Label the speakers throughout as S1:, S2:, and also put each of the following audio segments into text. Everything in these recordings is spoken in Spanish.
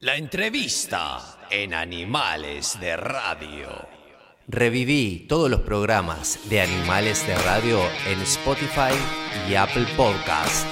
S1: La entrevista en Animales de Radio.
S2: Reviví todos los programas de Animales de Radio en Spotify y Apple Podcast.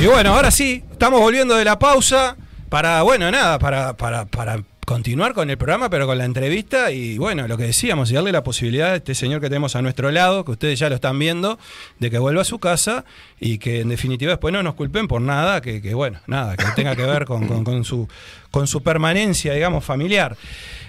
S3: Y bueno, ahora sí, estamos volviendo de la pausa para, bueno, nada, para, para, para continuar con el programa, pero con la entrevista y, bueno, lo que decíamos, y darle la posibilidad a este señor que tenemos a nuestro lado, que ustedes ya lo están viendo, de que vuelva a su casa y que, en definitiva, después no nos culpen por nada, que, que, bueno, nada, que tenga que ver con, con- con su, con su permanencia, digamos, familiar.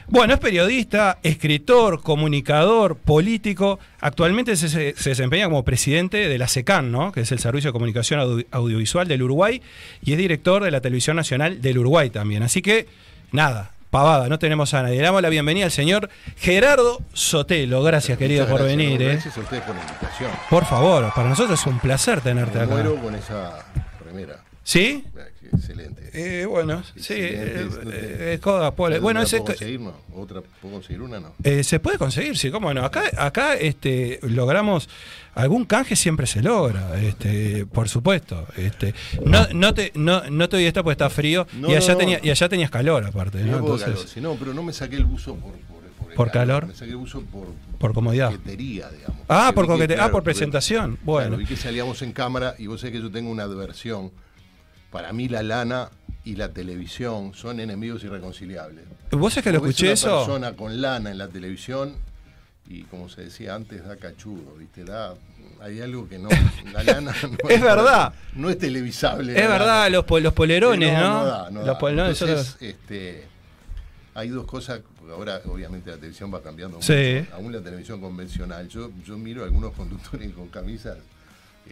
S3: Bueno, es periodista, escritor, comunicador, político. Actualmente se, se- se desempeña como presidente de la SECAN, ¿no? que es el Servicio de Comunicación Audio- Audiovisual del Uruguay, y es director de la Televisión Nacional del Uruguay también. Así que, nada, pavada, no tenemos a nadie. Le damos la bienvenida al señor Gerardo Sotelo. Gracias, querido,
S4: Muchas
S3: por
S4: gracias,
S3: venir.
S4: ¿no?
S3: ¿eh?
S4: Gracias a ustedes por la invitación.
S3: Por favor, para nosotros es un placer tenerte
S4: Me
S3: acá.
S4: muero con esa remera.
S3: ¿Sí?
S4: Ah, qué Excelente.
S3: Eh, bueno, sí.
S4: Excelente,
S3: eh,
S4: es donde-
S3: eh, eh, Coda, Pole.
S4: ¿Alguna
S3: Bueno, ese.
S4: ¿Puedo conseguir no? ¿Otra? ¿Puedo conseguir una? No.
S3: Eh, se puede conseguir, sí, cómo no. Acá, acá este, logramos. Algún canje siempre se logra, este, por supuesto. Este, no, no, te, no, no te doy esta porque está frío
S4: No,
S3: y, allá
S4: no, no.
S3: tenía- y allá tenías calor, aparte.
S4: No,
S3: ¿no?
S4: puedo
S3: Entonces,
S4: calor, si no, pero no me saqué el buzo por, por, el
S3: ¿Por calor?
S4: Me saqué el buzo por
S3: por comodidad.
S4: coquetería, digamos.
S3: Ah,
S4: Porque
S3: por
S4: vi que,
S3: coquete- ah, por
S4: claro, porque-
S3: presentación.
S4: claro,
S3: Bueno,
S4: vi que salíamos en cámara y vos sabés que yo tengo una adversión. Para mí la lana y la televisión son enemigos irreconciliables.
S3: ¿vos es que lo
S4: Vos ves
S3: escuché
S4: una
S3: eso?
S4: persona con lana en la televisión y como se decía antes da cachudo, ¿viste? Da hay algo que no la lana no
S3: Es verdad.
S4: No es televisable.
S3: Es
S4: la
S3: verdad,
S4: lana.
S3: los, po- los polerones,
S4: Sí,
S3: ¿no?
S4: da, no
S3: Los
S4: da.
S3: polerones,
S4: Entonces,
S3: nosotros-
S4: este hay dos cosas, porque ahora obviamente la televisión va cambiando
S3: Sí.
S4: mucho, aún la televisión convencional. Yo yo miro algunos conductores con camisas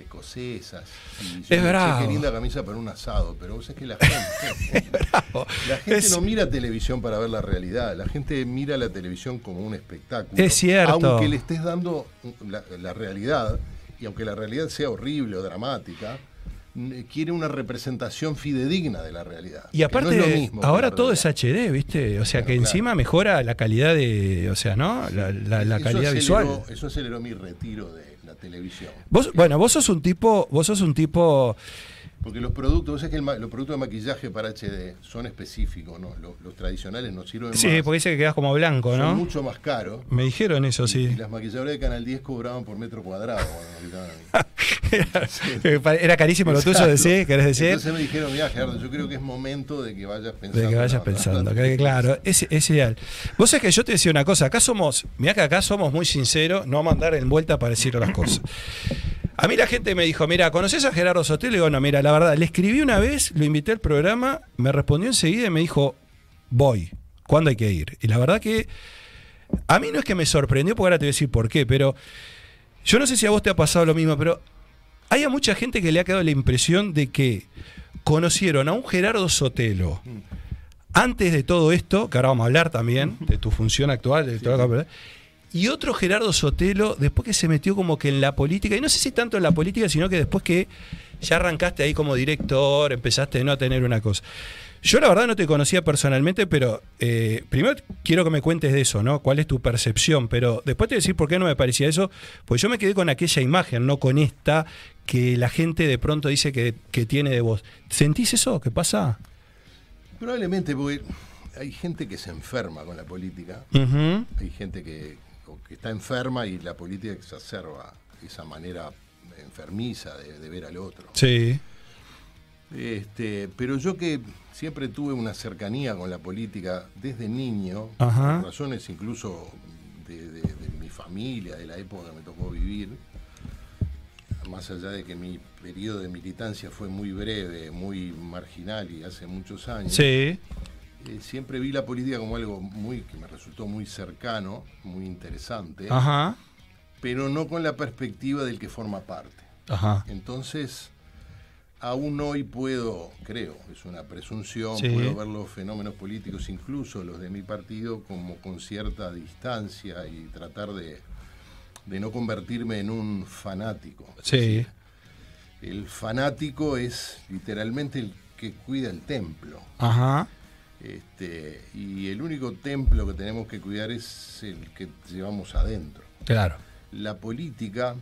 S4: escocesas. y yo digo, "Che,
S3: bravo.
S4: Qué linda camisa para un asado, pero vos es que la gente La gente
S3: ah, Es-
S4: no mira televisión para ver la realidad, la gente mira la televisión como un espectáculo.
S3: Es cierto.
S4: Aunque le estés dando la, la realidad, y aunque la realidad sea horrible o dramática, n- quiere una representación fidedigna de la realidad.
S3: Y
S4: que
S3: aparte,
S4: no es lo mismo que
S3: ahora
S4: la
S3: todo es
S4: realidad.
S3: HD, ¿viste? O sea
S4: Claro,
S3: que
S4: claro.
S3: encima mejora la calidad de. O sea, ¿no? La, la- la
S4: Eso
S3: calidad
S4: aceleró-
S3: visual.
S4: Eso aceleró mi retiro de la televisión.
S3: Vos, bueno, vos sos un tipo. Vos sos un tipo.
S4: Porque los productos, vos sabés que el ma- los productos de maquillaje para HD son específicos, ¿no? Los, los tradicionales no sirven
S3: Sí,
S4: más.
S3: porque dice que quedás como blanco,
S4: son
S3: ¿no?
S4: mucho más caros.
S3: Me dijeron eso,
S4: Y- Y,
S3: sí.
S4: las maquilladoras de Canal 10 cobraban por metro cuadrado. cuando me invitaban a mí.
S3: Era carísimo lo tuyo,
S4: Exacto.
S3: decís, querés decir.
S4: Entonces me dijeron, mira Gerardo, yo creo que es momento de que vayas pensando.
S3: De que
S4: en
S3: vayas
S4: la-
S3: pensando, que- claro, es, es ideal. Vos sabés que yo te decía una cosa, acá somos, mirá que acá somos muy sinceros, no vamos a andar en vuelta para decir las cosas. A mí la gente me dijo, mira, ¿conoces a Gerardo Sotelo? Y digo, no, mira, la verdad, le escribí una vez, lo invité al programa, me respondió enseguida y me dijo, voy, ¿cuándo hay que ir? Y la verdad que a mí no es que me sorprendió, porque ahora te voy a decir por qué, pero yo no sé si a vos te ha pasado lo mismo, pero hay a mucha gente que le ha quedado la impresión de que conocieron a un Gerardo Sotelo antes de todo esto, que ahora vamos a hablar también de tu función actual, de todo lo que- y otro Gerardo Sotelo, después que se metió como que en la política, y no sé si tanto en la política, sino que después que ya arrancaste ahí como director, empezaste no a tener una cosa. Yo la verdad no te conocía personalmente, pero eh, primero quiero que me cuentes de eso, ¿no? ¿Cuál es tu percepción? Pero después te voy a decir por qué no me parecía eso, pues yo me quedé con aquella imagen, no con esta que la gente de pronto dice que, que tiene de vos. ¿Sentís eso? ¿Qué pasa?
S4: Probablemente, porque hay gente que se enferma con la política. Hay gente que, o que está enferma y la política exacerba esa manera enfermiza de, de ver al otro.
S3: Sí.
S4: Este, pero yo que siempre tuve una cercanía con la política desde niño,
S3: Ajá.
S4: por razones incluso de, de- de mi familia, de la época que me tocó vivir, más allá de que mi periodo de militancia fue muy breve, muy marginal y hace muchos años,
S3: Sí.
S4: eh, siempre vi la política como algo muy que me resultó muy cercano, muy interesante,
S3: Ajá.
S4: pero no con la perspectiva del que forma parte.
S3: Ajá.
S4: Entonces, aún hoy puedo, creo, es una presunción,
S3: Sí.
S4: puedo ver los fenómenos políticos, incluso los de mi partido, como con cierta distancia y tratar de, de no convertirme en un fanático.
S3: Sí.
S4: El fanático es literalmente el que cuida el templo.
S3: Ajá.
S4: Este, y el único templo que tenemos que cuidar es el que llevamos adentro.
S3: Claro.
S4: La política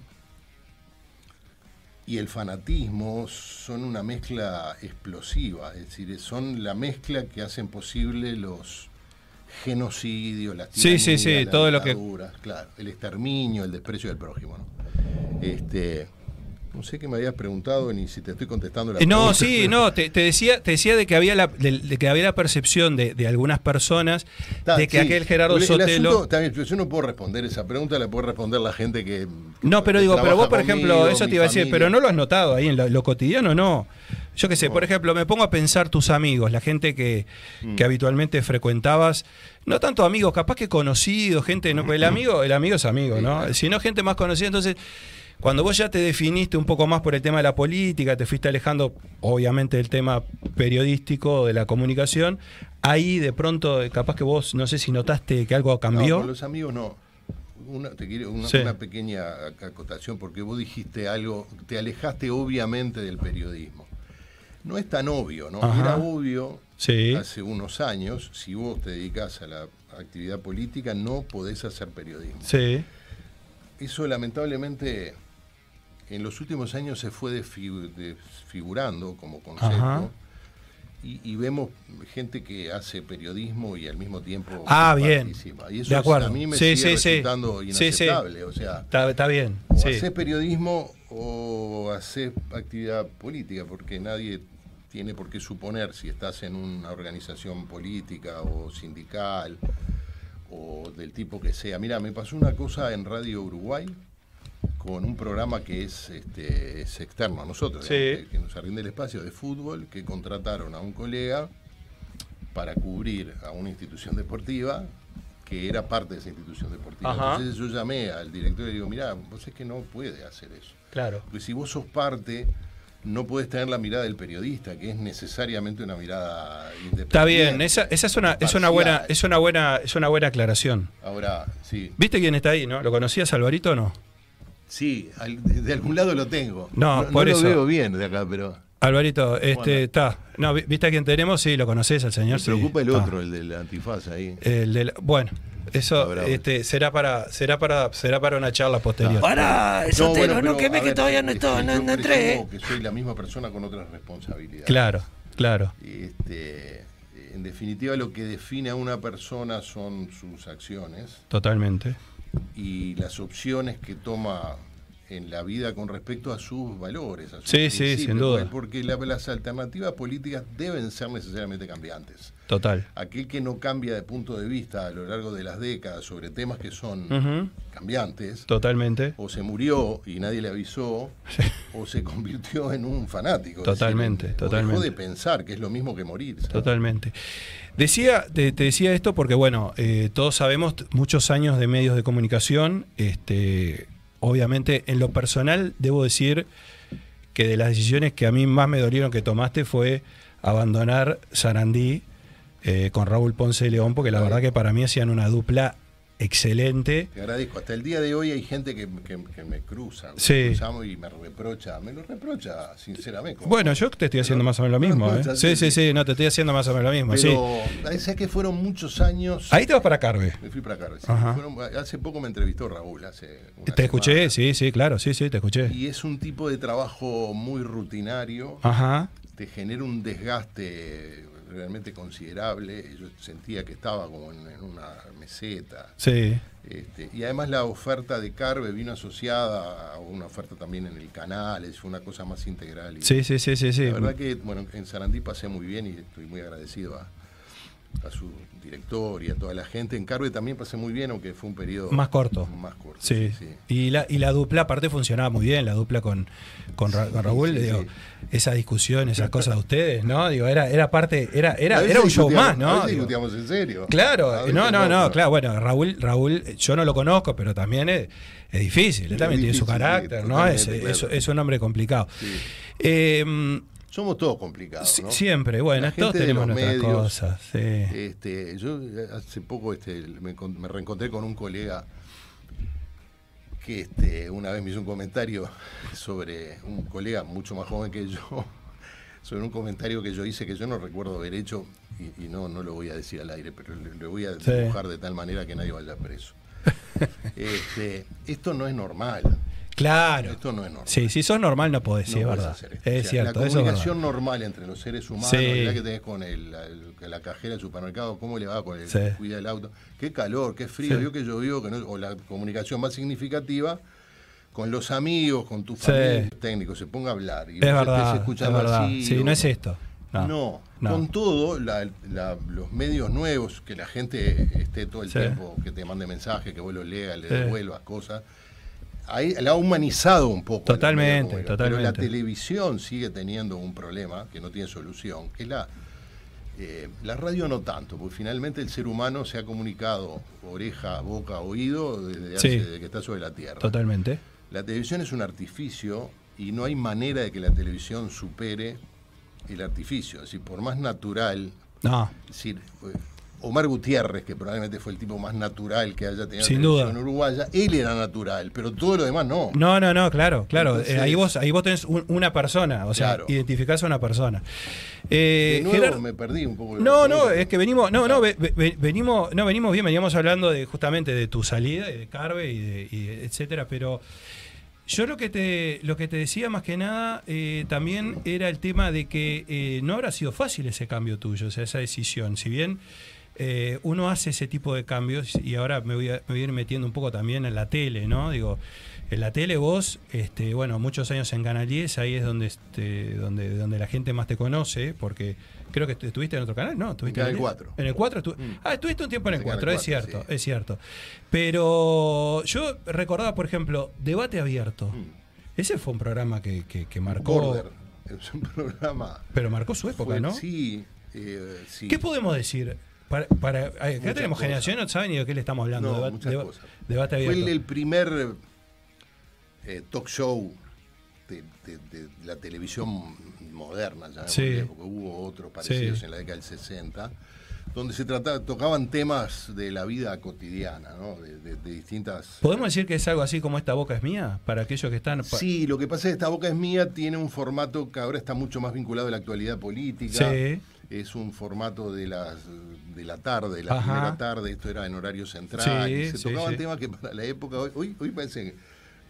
S4: y el fanatismo son una mezcla explosiva, es decir, son la mezcla que hacen posible los genocidios, las
S3: Sí, sí, sí,
S4: tiranías, las
S3: todo lo que-
S4: dictaduras, claro, el exterminio, el desprecio del prójimo, ¿no? Este, no sé qué me habías preguntado ni si te estoy contestando la
S3: Eh, No,
S4: pregunta.
S3: sí, no, te, te decía, te decía de que había la, de, de que había la percepción de, de algunas personas
S4: Ta,
S3: de que
S4: sí.
S3: aquel Gerardo
S4: El- el
S3: Sotelo.
S4: asunto- ta, bien, pero yo no puedo responder esa pregunta, la puede responder la gente que.
S3: No, pero
S4: que
S3: digo, pero
S4: trabaja
S3: vos, por
S4: conmigo,
S3: ejemplo, eso
S4: mi
S3: te iba a decir,
S4: familia.
S3: pero no lo has notado ahí en lo, lo cotidiano, no. Yo qué sé, por ejemplo, me pongo a pensar tus amigos, la gente que,
S4: Mm.
S3: que habitualmente frecuentabas, no tanto amigos, capaz que conocidos, gente, no,
S4: Mm.
S3: el amigo, el amigo es amigo, ¿no? Sino gente más conocida, entonces cuando vos ya te definiste un poco más por el tema de la política, te fuiste alejando, obviamente, del tema periodístico, de la comunicación, ahí de pronto, eh, capaz que vos, no sé si notaste que algo
S4: No,
S3: cambió.
S4: con los amigos no. Una, te quiero una,
S3: Sí.
S4: una pequeña acotación, porque vos dijiste algo, te alejaste obviamente del periodismo. No es tan obvio, ¿no?
S3: Ajá.
S4: Era obvio
S3: Sí.
S4: hace unos años, si vos te dedicás a la actividad política, no podés hacer periodismo.
S3: Sí.
S4: Eso lamentablemente en los últimos años se fue desfigu- desfigurando como
S3: Ajá.
S4: concepto. Y, y vemos gente que hace periodismo y al mismo tiempo
S3: Ah, bien.
S4: participa. Y
S3: De
S4: eso es-
S3: acuerdo.
S4: a mí me
S3: Sí, sí,
S4: sigue
S3: sí.
S4: resultando
S3: Sí, sí.
S4: inaceptable. O sea,
S3: Está, está bien.
S4: o
S3: sí.
S4: haces periodismo o haces actividad política, porque nadie tiene por qué suponer si estás en una organización política o sindical o del tipo que sea. Mira, me pasó una cosa en Radio Uruguay con un programa que es, este, es externo a nosotros,
S3: Sí.
S4: digamos, que, que nos arrienda el espacio de fútbol, que contrataron a un colega para cubrir a una institución deportiva que era parte de esa institución deportiva.
S3: Ajá.
S4: Entonces yo llamé al director y le digo, mirá, vos es que no puede hacer eso.
S3: Claro.
S4: Porque si vos sos parte, no puedes tener la mirada del periodista, que es necesariamente una mirada independiente.
S3: Está bien, esa, esa es una, es una buena,
S4: imparcial.
S3: es una buena, es una buena aclaración.
S4: Ahora, sí.
S3: ¿Viste quién está ahí, no? ¿Lo conocías Alvarito o no?
S4: Sí, al- de de algún lado lo tengo.
S3: No, por eso.
S4: lo veo bien de acá, pero
S3: Alvarito, este
S4: Bueno.
S3: está. No, vi- ¿viste a quién tenemos? Sí, lo conocés al señor.
S4: me
S3: sí,
S4: preocupa el
S3: está.
S4: otro, el del antifaz ahí.
S3: El del- bueno,
S4: Ah,
S3: eso
S4: bravo.
S3: este, será para, será para, será para una charla posterior.
S2: Pará, Sotelo, no
S4: que
S2: queme que todavía no estoy, no, no entré. eh.
S4: Que soy la misma persona con otras responsabilidades.
S3: Claro, claro.
S4: Este, en definitiva, lo que define a una persona son sus acciones
S3: Totalmente.
S4: y las opciones que toma en la vida con respecto a sus valores. a sus
S3: Sí, sí,
S4: principios,
S3: sin duda.
S4: Porque la- las alternativas políticas deben ser necesariamente cambiantes.
S3: Total.
S4: Aquel que no cambia de punto de vista a lo largo de las décadas sobre temas que son
S3: Ujú,
S4: cambiantes,
S3: Totalmente.
S4: o se murió y nadie le avisó, o se convirtió en un fanático. es
S3: Totalmente,
S4: o
S3: totalmente.
S4: Dejó de pensar, que es lo mismo que morir. ¿sabes?
S3: Totalmente. Decía, te, te decía esto porque, bueno, eh, todos sabemos t- muchos años de medios de comunicación. Este, obviamente, en lo personal, debo decir que de las decisiones que a mí más me dolieron que tomaste fue abandonar Sarandí eh, con Raúl Ponce de León, porque la verdad que para mí hacían una dupla excelente.
S4: Te agradezco. Hasta el día de hoy hay gente que, que- que me cruza. me
S3: Sí.
S4: cruzamos y me reprocha. Me lo reprocha, sinceramente. como-
S3: Bueno, yo te estoy haciendo más o menos lo mismo. ¿eh? Sí, sí, sí, no, te estoy haciendo más o menos lo mismo. sí.
S4: Pero es que fueron muchos años.
S3: Ahí te vas para Carve.
S4: Me fui para acá. recién.
S3: Ajá.
S4: Fueron- hace poco me entrevistó Raúl. Hace una
S3: Te escuché,
S4: semana.
S3: sí, sí, claro, sí, sí, te escuché.
S4: Y es un tipo de trabajo muy rutinario.
S3: Ajá.
S4: te genera un desgaste realmente considerable. Yo sentía que estaba como en, en una meseta.
S3: Sí.
S4: Este, y además la oferta de Carve vino asociada a una oferta también en el canal, es una cosa más integral. Y
S3: Sí, sí, sí, sí, sí.
S4: La verdad que bueno, en Sarandí pasé muy bien y estoy muy agradecido a, a su director y a toda la gente. En Carve también pasé muy bien, aunque fue un periodo
S3: Más corto.
S4: Más corto.
S3: Sí. Y, la, y la dupla aparte funcionaba muy bien, la dupla con, con, Ra- con Raúl,
S4: sí,
S3: digo,
S4: sí.
S3: esa discusión, esas cosas de ustedes, ¿no? Digo, era, era parte, era, era,
S4: A veces
S3: era un show más,
S4: discutíamos- a
S3: ¿no?
S4: veces
S3: Digo,
S4: discutíamos en serio. A
S3: Claro, eh,
S4: veces
S3: no, no, no,
S4: pero-
S3: claro, bueno, Raúl, Raúl, eh, yo no lo conozco, pero también es, es difícil, él
S4: Es
S3: también tiene su
S4: difícil, sí,
S3: carácter, ¿no? Es,
S4: totalmente,
S3: es-
S4: claro.
S3: es un hombre complicado.
S4: Sí.
S3: Eh, mm,
S4: Somos todos complicados,
S3: si-
S4: ¿no?
S3: Siempre, bueno,
S4: La
S3: todos
S4: gente de
S3: tenemos
S4: los
S3: nuestras
S4: medios,
S3: cosas, sí.
S4: Este, yo hace poco este, me, encon- me reencontré con un colega que este, una vez me hizo un comentario sobre un colega mucho más joven que yo, sobre un comentario que yo hice que yo no recuerdo haber hecho, y, y no, no lo voy a decir al aire, pero le, le voy a
S3: Sí.
S4: dibujar de tal manera que nadie vaya preso. Este, esto no es normal.
S3: Claro.
S4: Esto no es normal.
S3: Sí, si sos normal no podés,
S4: No
S3: sí, es
S4: podés
S3: verdad.
S4: hacer esto. O
S3: Es
S4: sea,
S3: cierto, eso
S4: La
S3: es
S4: comunicación
S3: verdad.
S4: normal entre los seres humanos,
S3: Sí.
S4: la que tenés con el- la, el- la cajera del supermercado, cómo le va con el
S3: Sí.
S4: que cuida el auto, qué calor, qué frío, yo que llovió, que no- o la comunicación más significativa con los amigos, con tu
S3: Sí.
S4: familia, el técnico, se ponga a hablar y
S3: Es
S4: vos
S3: verdad,
S4: estés escuchando
S3: es verdad.
S4: así.
S3: Sí,
S4: o-
S3: no es esto. No,
S4: No,
S3: no.
S4: con todo, la- la- los medios nuevos, que la gente esté todo el
S3: Sí.
S4: tiempo, que te mande mensajes, que vos los leas, le
S3: Sí.
S4: devuelvas cosas, ahí la ha humanizado un poco. la
S3: Totalmente,
S4: manera como- Pero la
S3: totalmente.
S4: televisión sigue teniendo un problema que no tiene solución, que es la, eh, la radio no tanto, porque finalmente el ser humano se ha comunicado oreja, boca, oído desde, hace-
S3: Sí.
S4: desde que está sobre la Tierra.
S3: Totalmente.
S4: La televisión es un artificio y no hay manera de que la televisión supere el artificio. Es decir, por más natural,
S3: No,
S4: es decir, eh, Omar Gutiérrez, que probablemente fue el tipo más natural que haya tenido
S3: Sin
S4: la
S3: duda.
S4: televisión uruguaya, él era natural, pero todo lo demás no.
S3: no, no, no, claro, claro.
S4: Entonces-
S3: Eh, ahí, vos, ahí vos tenés un- una persona, o sea,
S4: Claro.
S3: identificás a una persona. Eh,
S4: De nuevo
S3: Gerardo-
S4: me perdí un poco. de
S3: No,
S4: lo
S3: no,
S4: pregunto.
S3: es que venimos, no, no, ve- ve- ve- venimos, no, venimos bien, veníamos hablando de justamente de tu salida y de Carve y de, y de- etcétera, pero yo lo que te, lo que te decía más que nada eh, también era el tema de que eh, no habrá sido fácil ese cambio tuyo, o sea, esa decisión. Si bien eh, uno hace ese tipo de cambios, y ahora me voy, a, me voy a ir metiendo un poco también en la tele, ¿no? Digo, en la tele vos, este, bueno, muchos años en Canal 10, ahí es donde, este, donde, donde la gente más te conoce, porque creo que est- estuviste en otro canal, ¿no? ¿Estuviste
S4: En Canal
S3: 10?
S4: 4.
S3: En el 4 estu- Ah, estuviste un tiempo en el
S4: En
S3: 4,
S4: Canal
S3: es
S4: 4,
S3: cierto,
S4: sí.
S3: es cierto. Pero yo recordaba, por ejemplo, Debate Abierto. Ese fue un programa que, que- que marcó.
S4: Mm. Border, es un programa.
S3: Pero marcó su época,
S4: fue-
S3: ¿no?
S4: Sí, eh, sí.
S3: ¿Qué podemos decir? Para, para, eh, acá
S4: Muchas
S3: tenemos
S4: cosas.
S3: generación, no saben ni de qué le estamos hablando.
S4: No,
S3: Deba-
S4: muchas
S3: deba-
S4: cosas.
S3: Debate
S4: Fue
S3: abierto.
S4: el, el primer eh, talk show de, de- de la televisión moderna, ya
S3: Sí.
S4: porque hubo otros parecidos
S3: Sí.
S4: en la década del 60, donde se trataba, tocaban temas de la vida cotidiana, ¿no? de, de- de distintas...
S3: ¿Podemos decir que es algo así como esta boca es mía? Para aquellos que están. pa-
S4: Sí, lo que pasa es que esta boca es mía, tiene un formato que ahora está mucho más vinculado a la actualidad política.
S3: Sí.
S4: Es un formato de las de la tarde, de la
S3: Ajá.
S4: primera tarde, esto era en horario central.
S3: Sí,
S4: y se
S3: sí,
S4: tocaban
S3: sí.
S4: temas que para la época, hoy, hoy, hoy parece,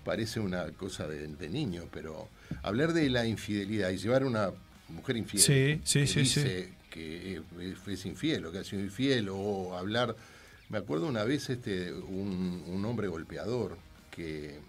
S4: parece una cosa de, de niño, pero hablar de la infidelidad y llevar a una mujer infiel
S3: Sí, sí,
S4: que
S3: sí,
S4: dice que es, es infiel o que ha sido infiel, o hablar. Me acuerdo una vez este un, un hombre golpeador que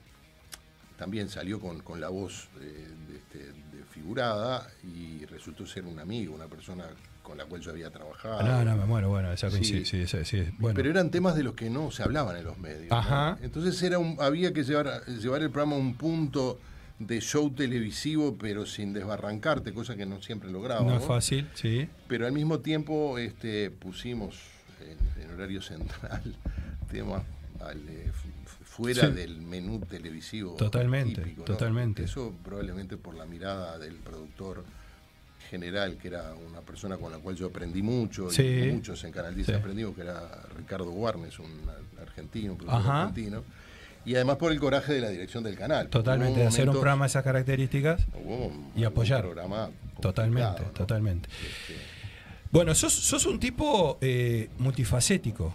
S4: también salió con, con la voz eh, de- este, desfigurada y resultó ser un amigo, una persona con la cual yo había trabajado.
S3: Ah, No, no, me muero. Bueno, esa coincidencia. Sí,
S4: Sí.
S3: esa- sí, bueno.
S4: Pero eran temas de los que no se hablaban en los medios. ¿no?
S3: Ajá.
S4: Entonces era un, había que llevar, llevar el programa a un punto de show televisivo, pero sin desbarrancarte, cosa que no siempre lograba.
S3: no es
S4: ¿no?
S3: fácil, sí.
S4: Pero al mismo tiempo este, pusimos en, en horario central temas al, eh, fu- fu- fuera
S3: Sí.
S4: del menú televisivo.
S3: Totalmente,
S4: típico, ¿no?
S3: totalmente.
S4: Eso probablemente por la mirada del productor general, que era una persona con la cual yo aprendí mucho,
S3: Sí.
S4: y muchos en Canal 10
S3: Sí.
S4: aprendimos, que era Ricardo Guarnes, un ar- argentino, un productor
S3: Ajá.
S4: argentino. Y además por el coraje de la dirección del canal. porque
S3: Totalmente.
S4: hubo
S3: hacer un
S4: momentos-
S3: programa de esas características.
S4: hubo un-
S3: y apoyar.
S4: algún programa
S3: Totalmente,
S4: complicado, ¿no?
S3: totalmente.
S4: Este,
S3: Bueno, sos, sos un tipo eh, multifacético,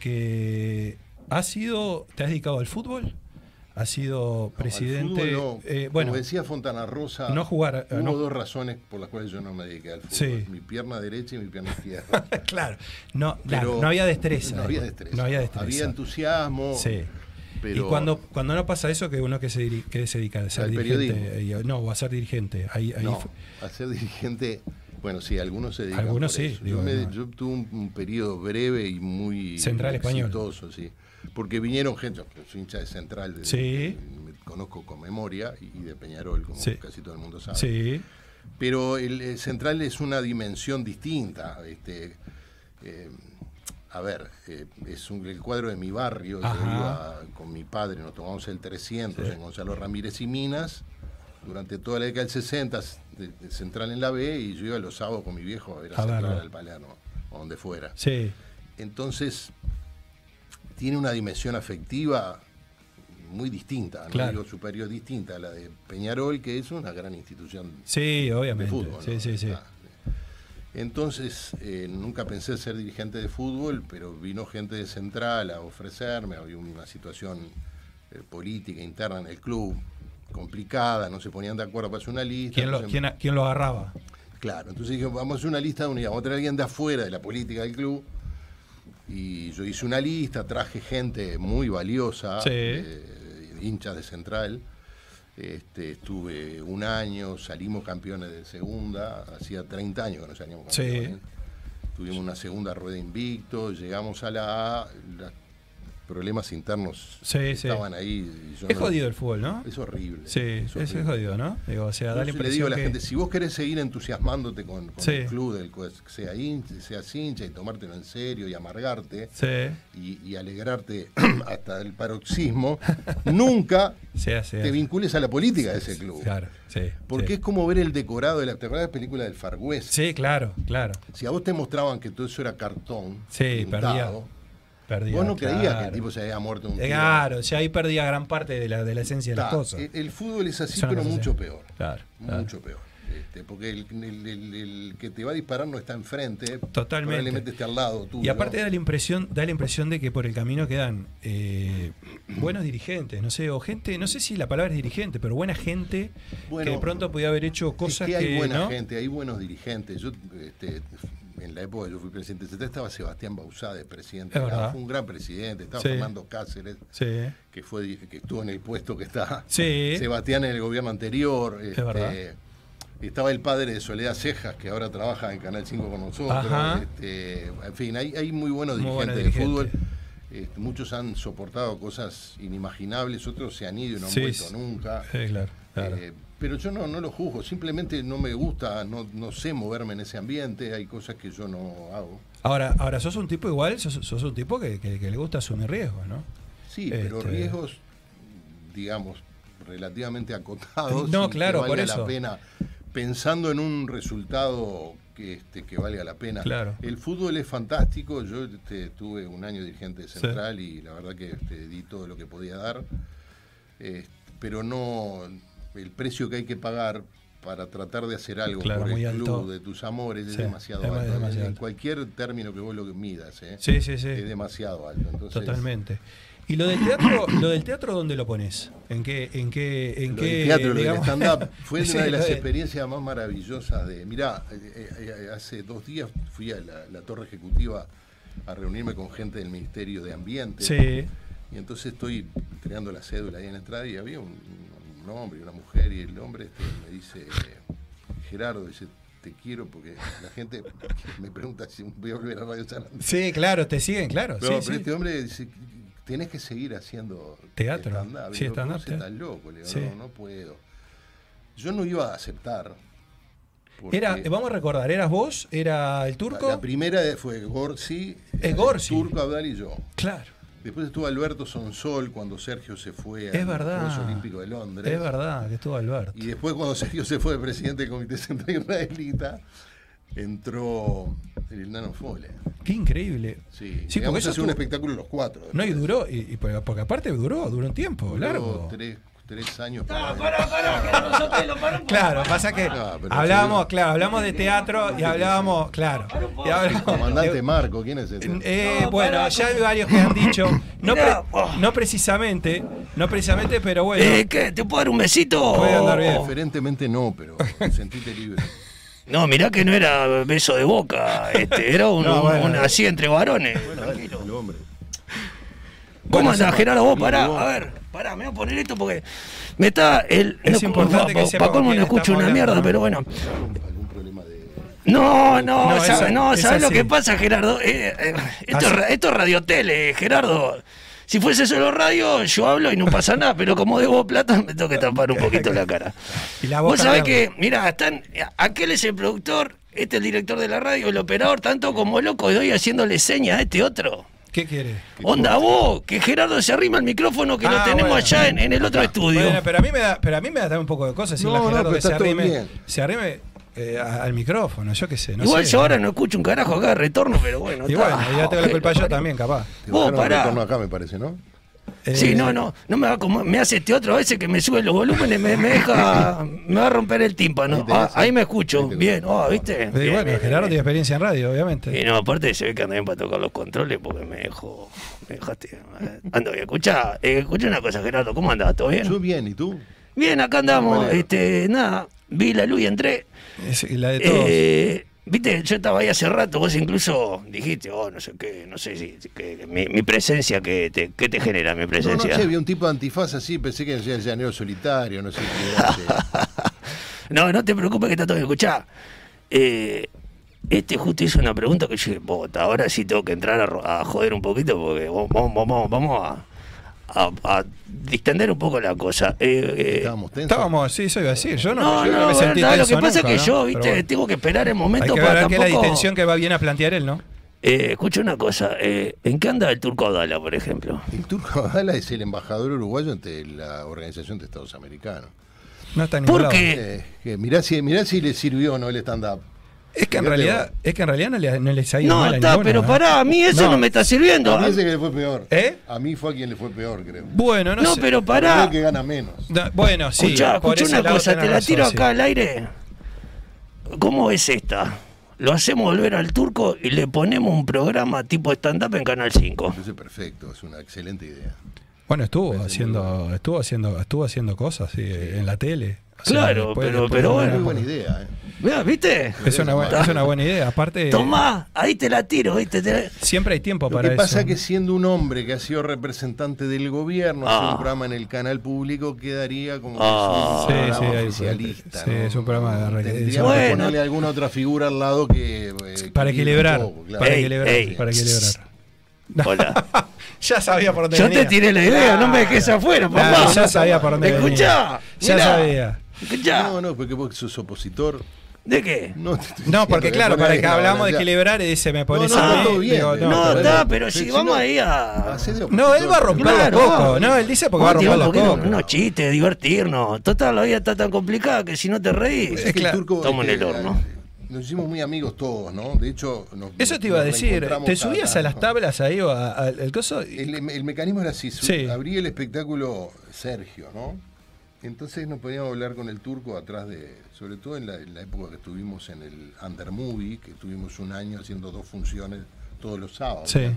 S3: porque has sido, te has dedicado al fútbol, has sido
S4: No, al
S3: presidente,
S4: fútbol no.
S3: eh, bueno,
S4: como decía Fontana Rosa,
S3: no jugar, eh,
S4: hubo
S3: no-
S4: dos razones por las cuales yo no me dediqué al fútbol.
S3: Sí.
S4: Mi pierna derecha y mi pierna izquierda.
S3: claro, no, claro,
S4: Pero
S3: no había destreza,
S4: No había destreza.
S3: no había destreza.
S4: Había entusiasmo.
S3: Sí.
S4: Pero
S3: y cuando, cuando no pasa eso, que uno que se, diri- que se dedica a ser
S4: Al
S3: dirigente,
S4: periodismo.
S3: eh, no, o a ser dirigente, ahí, ahí
S4: no,
S3: fue-
S4: a ser dirigente, bueno, sí, algunos se dedican
S3: Algunos
S4: por
S3: sí,
S4: eso.
S3: digo,
S4: yo, me-
S3: no.
S4: yo tuve un, un periodo breve y muy
S3: Central español.
S4: exitoso, sí. Porque vinieron gente, yo soy hincha de Central, de-
S3: Sí.
S4: de- me conozco con memoria y y de Peñarol, como
S3: Sí.
S4: casi todo el mundo sabe.
S3: sí,
S4: Pero el, eh, central es una dimensión distinta. Este, eh, a ver, eh, es un, el cuadro de mi barrio. Yo
S3: Ajá.
S4: iba con mi padre, nos tomamos el 300 en Gonzalo Ramírez y Minas. Durante toda la década del 60, de- de central en la B, y yo iba los sábados con mi viejo a ver a,
S3: A
S4: central
S3: verlo.
S4: al Palermo, o donde fuera.
S3: sí,
S4: Entonces, tiene una dimensión afectiva muy distinta, no
S3: Claro.
S4: digo superior, distinta a la de Peñarol, que es una gran institución
S3: sí,
S4: de
S3: obviamente,
S4: fútbol.
S3: sí,
S4: ¿no?
S3: sí, sí,
S4: Ah, Entonces, eh, nunca pensé ser dirigente de fútbol, pero vino gente de Central a ofrecerme, había una situación eh, política interna en el club complicada, no se ponían de acuerdo para hacer una lista.
S3: ¿Quién lo,
S4: entonces-
S3: quién a- quién lo agarraba?
S4: Claro, entonces dije, vamos a hacer una lista de unidad, vamos a traer a alguien de afuera de la política del club. Y yo hice una lista, traje gente muy valiosa,
S3: Sí.
S4: eh, hinchas de Central. Este, estuve un año, salimos campeones de segunda, hacía 30 años que no salíamos
S3: Sí.
S4: campeones. Tuvimos una segunda rueda invicto, llegamos a la A, los problemas internos
S3: Sí, sí.
S4: estaban ahí. y yo
S3: Es
S4: no-
S3: jodido el fútbol, ¿no?
S4: Es horrible.
S3: Sí, es, es
S4: horrible.
S3: jodido, ¿no? Digo, o sea, da la
S4: Yo le digo
S3: impresión
S4: a la
S3: que-
S4: gente, si vos querés seguir entusiasmándote con, con
S3: Sí.
S4: el club, del cual sea hincha, seas hincha y tomártelo en serio y amargarte
S3: Sí,
S4: y, y alegrarte hasta el paroxismo, nunca
S3: sí, sí.
S4: te vincules a la política de ese club.
S3: Claro, sí.
S4: Porque
S3: sí.
S4: es como ver el decorado de la, ¿te acordás de la película del Far West?
S3: Sí, claro, claro.
S4: Si a vos te mostraban que todo eso era cartón,
S3: Sí,
S4: pintado,
S3: Perdía,
S4: vos no creías que
S3: claro.
S4: el tipo se había muerto de un
S3: Eh,
S4: tiro.
S3: Claro, o sea, ahí perdía gran parte de la, de la esencia de
S4: Está,
S3: las cosas.
S4: el- el fútbol es así,
S3: Es una
S4: eh, pero
S3: cosa
S4: mucho
S3: así.
S4: peor.
S3: Claro, claro.
S4: Mucho peor. Este, porque el, el- el- el que te va a disparar no está enfrente. eh.
S3: Totalmente.
S4: Probablemente esté al lado tuyo.
S3: Y aparte da la impresión, da la impresión de que por el camino quedan eh, buenos dirigentes, no sé, o gente, no sé si la palabra es dirigente, pero buena gente que
S4: Bueno,
S3: de pronto podía haber hecho cosas
S4: es que hay buena
S3: ¿no?
S4: gente, hay buenos dirigentes. Yo, este, en la época que yo fui presidente del CTA estaba Sebastián Bausá de presidente.
S3: Es verdad.
S4: Fue un gran presidente. Estaba
S3: Sí.
S4: Fernando Cáceres,
S3: Sí.
S4: que fue di- que estuvo en el puesto que está
S3: Sí.
S4: Sebastián en el gobierno anterior. este,
S3: verdad.
S4: Estaba el padre de Soledad Cejas, que ahora trabaja en Canal 5 con nosotros.
S3: Ajá.
S4: este, en fin, hay, hay muy buenos
S3: Muy buenos
S4: dirigentes de
S3: dirigentes.
S4: fútbol. Este, muchos han soportado cosas inimaginables, otros se han ido y no han
S3: Sí,
S4: vuelto
S3: sí.
S4: nunca.
S3: Sí, claro, claro.
S4: Eh, pero yo no, no lo juzgo, simplemente no me gusta, no, no sé moverme en ese ambiente, hay cosas que yo no hago.
S3: Ahora, ahora sos un tipo igual, sos, sos un tipo que, que- que le gusta asumir riesgos, ¿no?
S4: Sí, pero
S3: Este.
S4: riesgos, digamos, relativamente acotados.
S3: No,
S4: y que
S3: claro, por
S4: valga
S3: eso.
S4: la pena. Pensando en un resultado que, este, que valga la pena.
S3: Claro.
S4: El fútbol es fantástico. Yo este, tuve un año dirigente de central y la verdad que este, di todo lo que podía dar. Eh, pero no el precio que hay que pagar para tratar de hacer algo
S3: Claro,
S4: por el
S3: muy alto.
S4: club de tus amores es
S3: Sí,
S4: demasiado
S3: es más-
S4: alto. En-
S3: demasiado
S4: En
S3: alto.
S4: cualquier término que vos lo midas, ¿eh?
S3: Sí, sí, sí.
S4: es demasiado alto. Entonces,
S3: Totalmente. ¿Y lo del teatro, lo del teatro dónde lo pones? ¿En qué, en qué, en
S4: Lo
S3: qué?
S4: del teatro, lo del
S3: digamos?
S4: stand-up, fue
S3: Sí,
S4: una de
S3: lo
S4: las experiencias más maravillosas de... Mirá, eh, eh, eh, hace dos días fui a la, la torre ejecutiva a reunirme con gente del Ministerio de Ambiente.
S3: Sí,
S4: Y entonces estoy creando la cédula ahí en la entrada y había un, un hombre y una mujer y el hombre este, me dice, Gerardo, dice, te quiero porque la gente me pregunta si voy a volver a Radio San Andrés".
S3: sí, claro, te siguen, claro.
S4: No,
S3: sí,
S4: pero
S3: sí.
S4: este hombre dice, tenés que seguir haciendo
S3: Teatro.
S4: stand-up".
S3: Sí,
S4: Y yo, "Pero
S3: stand-up,
S4: vos estás
S3: teatro.
S4: loco, le digo,
S3: Sí.
S4: no, no puedo. Yo no iba a aceptar. porque
S3: Era, vamos a recordar, ¿eras vos? ¿Era el
S4: la,
S3: turco?
S4: la primera fue Gorsi,
S3: Eh, Gorsi.
S4: Turco Abdal y yo.
S3: claro,
S4: Después estuvo Alberto Sonsol cuando Sergio se fue
S3: Es verdad.
S4: Juegos Olímpicos de Londres.
S3: es verdad que estuvo Alberto.
S4: Y después cuando Sergio se fue de presidente del Comité Central Israelita, entró el Nano Fole.
S3: Qué increíble.
S4: Sí,
S3: Sí, porque
S4: llegamos
S3: eso
S4: a hacer un
S3: estuvo-
S4: espectáculo los cuatro.
S3: No, y
S4: después.
S3: duró, y, y porque porque aparte duró, duró un tiempo,
S4: Duró
S3: largo.
S4: Tres, tres años.
S3: Claro, pasa que
S4: Ah, pero
S3: hablamos,
S4: seguro.
S3: claro, hablamos de teatro y hablábamos, claro. Y hablamos-
S4: Comandante Marco, ¿quién es ese?
S3: Eh, bueno, ya hay varios que han dicho, no, pre- no precisamente, no precisamente, pero bueno,
S5: oh. Eh, ¿qué? ¿Te puedo dar un besito?
S3: puede andar bien.
S4: Preferentemente no, pero sentite libre.
S5: No, mirá que no era beso de boca, este, era un,
S3: No, bueno.
S5: un- así entre varones.
S4: Bueno, dale, el hombre.
S5: ¿Cómo andás, Gerardo? Vos pará,
S4: vos.
S5: a ver, pará, me voy a poner esto porque me está el.
S3: Es importante que
S5: pa- pa-
S3: sepa
S5: pa' colmo
S3: con quién
S5: no escucho
S3: estamos
S5: una
S3: hablando,
S5: mierda,
S3: ¿no?
S5: pero bueno.
S4: ¿Algún, algún problema de.?
S5: No, no,
S3: No,
S5: sabe-
S3: esa-
S5: no,
S3: esa
S5: ¿sabes lo
S3: sí. Ah,
S5: que pasa, Gerardo? Eh, eh, esto, es,
S3: Así-
S5: ra- esto es Radio Tele, Gerardo. Si fuese solo radio, yo hablo y no pasa nada, pero como debo plata, me tengo que tapar un poquito la cara.
S3: Y la
S5: Vos
S3: boca
S5: sabés
S3: grande.
S5: que, mira, están, aquel es el productor, este es el director de la radio, el operador, tanto como loco, y hoy haciéndole señas a este otro.
S3: ¿Qué quiere?
S5: Onda vos, que Gerardo se arrima al micrófono que lo
S3: Ah,
S5: tenemos
S3: bueno.
S5: allá en, en el otro estudio.
S3: Bueno, pero a mí me da, pero a mí me da también un poco de cosas decirle a
S4: No, no,
S3: Gerardo
S4: pero
S3: que se
S4: está todo
S3: arrime,
S4: bien.
S3: se arrime eh, a- al micrófono, yo qué sé, no
S5: Igual
S3: sé.
S5: yo ahora no escucho un carajo acá de retorno, pero bueno.
S3: Y
S5: está.
S3: bueno, ya tengo la culpa yo también, capaz.
S4: Te
S5: Vos
S4: bajaron el
S5: pará.
S4: retorno acá, me parece, ¿no?
S3: Eh,
S5: Sí, no, no, no me va a acomodar. Me hace este otro a veces que me sube los volúmenes, me, me deja, me va a romper el tímpano.
S4: Ahí te
S5: Ah,
S4: ves,
S5: ahí
S4: ahí.
S5: me escucho,
S4: Ahí te
S5: bien,
S4: escucho.
S5: oh, ¿viste?
S3: y
S5: Bien,
S3: bueno, Gerardo
S5: bien,
S3: tiene
S5: bien.
S3: experiencia en radio, obviamente.
S5: Y no, aparte se ve que anda bien para tocar los controles porque me dejó, me dejaste. eh, Ando bien, escucha, escucha una cosa, Gerardo, ¿cómo andás? ¿Todo bien?
S4: Yo bien, ¿y tú?
S5: Bien, acá andamos,
S4: Vale.
S5: este, nada, vi la luz y entré.
S3: Es la de todos.
S5: Eh, Viste, yo estaba ahí hace rato, vos incluso dijiste, oh, no sé qué, no sé si, que- que mi, mi presencia, que te, ¿qué te genera mi
S4: No, no
S5: presencia?
S4: sé, vi un tipo de antifaz así, pensé que era el llanero solitario, no sé qué. no sé.
S5: No, no te preocupes que está todo bien. Escuchá, eh, este justo hizo una pregunta que yo dije, "Bota, ahora sí tengo que entrar a, ro- a joder un poquito porque vamos, vamos, vamos, vamos a, a- a distender un poco la cosa. Eh, eh,
S4: Estábamos tensos.
S3: Estábamos, sí, eso iba a decir. Yo no,
S5: no,
S3: yo
S5: no,
S3: me
S5: bueno,
S3: sentí
S5: nada, lo
S3: tenso
S5: que pasa
S3: nunca,
S5: es que yo,
S3: ¿no?
S5: viste,
S3: Pero bueno.
S5: tengo que esperar el
S3: Hay
S5: momento
S3: que ver,
S5: para
S3: a ver qué es la
S5: tampoco...
S3: distensión que va bien a plantear él, ¿no?
S5: Eh, escucha una cosa, eh, ¿en qué anda el turco Adala, por ejemplo?
S4: El turco Abdala es el embajador uruguayo ante la Organización de Estados Americanos.
S3: No está en ningún lado.
S5: Porque
S4: Eh, que mirá, si, mirá si le sirvió o no el stand-up.
S3: Es que en
S4: Fíjate
S3: realidad, es que en realidad no, le- no les ha ido
S5: No,
S3: mal a ¿eh?
S5: está,
S3: ninguno,
S5: pero
S3: ¿no?
S5: pará, a mí eso no,
S4: No.
S5: me está
S4: A
S5: sirviendo. Ah,
S4: mí ese que le fue peor.
S3: ¿Eh?
S4: A mí fue a quien le fue peor, creo.
S3: Bueno, no,
S5: No,
S3: sé.
S5: pero
S4: Creo
S5: pará.
S4: que gana menos.
S3: No, bueno, sí.
S5: escuchá,
S3: por
S5: escuchá
S3: ese
S5: una
S3: lado
S5: cosa, te
S3: tenés
S5: la
S3: razón,
S5: tiro
S3: sí.
S5: acá al aire. ¿Cómo es esta? Lo hacemos volver al turco y le ponemos un programa tipo stand-up en Canal 5.
S4: Entonces, perfecto, es una excelente idea.
S3: Bueno, estuvo haciendo, estuvo haciendo, estuvo haciendo cosas sí, en la tele. O sea,
S5: Claro, pero- pero
S3: de
S5: bueno.
S4: Muy
S3: una-
S4: buena idea, ¿eh?
S5: Mirá, ¿Viste?
S3: Es una, buena, es una buena idea. Aparte,
S5: Tomá, ahí te la tiro, ¿viste? Te la-
S3: siempre hay tiempo
S4: Lo
S3: para
S4: que pasa
S3: eso.
S4: que siendo un hombre que ha sido representante del gobierno, hacer
S5: Ah.
S4: un programa en el canal público quedaría como
S5: Ah.
S4: que
S3: Sí,
S4: es
S3: sí,
S4: un programa
S3: ahí-
S4: oficialista.
S3: sí,
S4: ¿no?
S3: es un programa de re-
S4: Tendríamos que
S5: Bueno.
S4: ponerle alguna otra figura al lado que. eh,
S3: Para
S4: equilibre
S3: equilibrar.
S4: un poco, claro.
S3: Para
S5: Ey,
S3: equilibrar.
S5: ey.
S3: Para equilibrar.
S5: Hola.
S3: Ya sabía por dónde
S5: Yo
S3: venía.
S5: te tiré la idea, no me dejes afuera,
S3: Claro,
S5: papá.
S3: ya sabía por dónde venía.
S5: Escuchá,
S3: Ya
S5: mirá.
S3: sabía.
S5: Escuchá.
S4: No, no, porque vos sos opositor.
S5: ¿De qué?
S4: No, te estoy
S3: No, porque
S4: diciendo que
S3: claro,
S4: ponés
S3: para que
S4: la
S3: hablamos de
S4: balanza.
S3: equilibrar y dice, me pones
S4: no,
S3: a
S4: está
S3: mí,
S4: todo bien.
S3: digo,
S4: No,
S5: No,
S4: pero
S5: está,
S4: bueno,
S5: pero si
S4: si
S5: vamos
S4: no-
S5: ahí a.
S4: Hacé de
S3: No, él va a romper
S5: Claro,
S3: los cocos.
S5: vamos.
S3: No, él dice porque va a
S5: Vamos,
S3: romper los
S5: ¿por qué no?
S3: cocos.
S5: Unos chistes, divertirnos. Total, la vida está tan complicada que si no te reís.
S4: Es que
S3: claro.
S4: el turco,
S5: Estamos en
S4: este,
S5: el horno.
S4: Nos hicimos muy amigos todos, ¿no? De hecho, nos-
S3: Eso te
S4: nos
S3: iba a decir.
S4: reencontramos
S3: Te
S4: cada
S3: subías a las
S4: tanto.
S3: tablas ahí o a- al al coso. y-
S4: El, el mecanismo era así, su-
S3: Sí.
S4: abría el espectáculo Sergio, ¿no? Entonces nos podíamos hablar con el turco atrás de, sobre todo en la, en la época que estuvimos en el Undermovie, que estuvimos un año haciendo dos funciones todos los sábados.
S3: Sí.
S4: ¿no?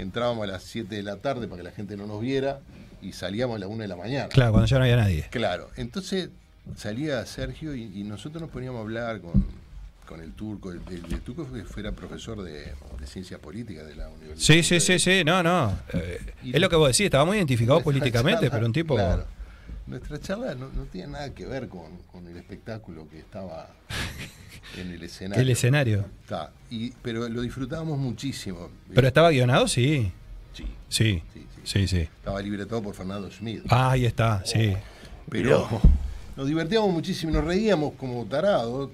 S4: Entrábamos a las 7 de la tarde para que la gente no nos viera y salíamos a las 1 de la mañana.
S3: Claro, cuando ya no había nadie.
S4: Claro, entonces salía Sergio y, y nosotros nos poníamos a hablar con, con el turco. El, el- el turco fue, fuera profesor de, de ciencia política de la universidad.
S3: Sí, sí, sí, sí, no, no. Eh, es lo que vos decís, estaba muy identificado
S4: Nuestra
S3: políticamente,
S4: charla,
S3: pero un tipo...
S4: claro. Nuestra charla no, no tiene nada que ver con, con el espectáculo que estaba en el escenario.
S3: El escenario.
S4: Está, y- pero lo disfrutábamos muchísimo.
S3: Pero estaba guionado, sí.
S4: Sí,
S3: Sí,
S4: Sí,
S3: sí, sí.
S4: estaba libretado por Fernando Schmidt.
S3: Ah, ahí está, sí.
S4: Pero nos divertíamos muchísimo, nos reíamos como tarados.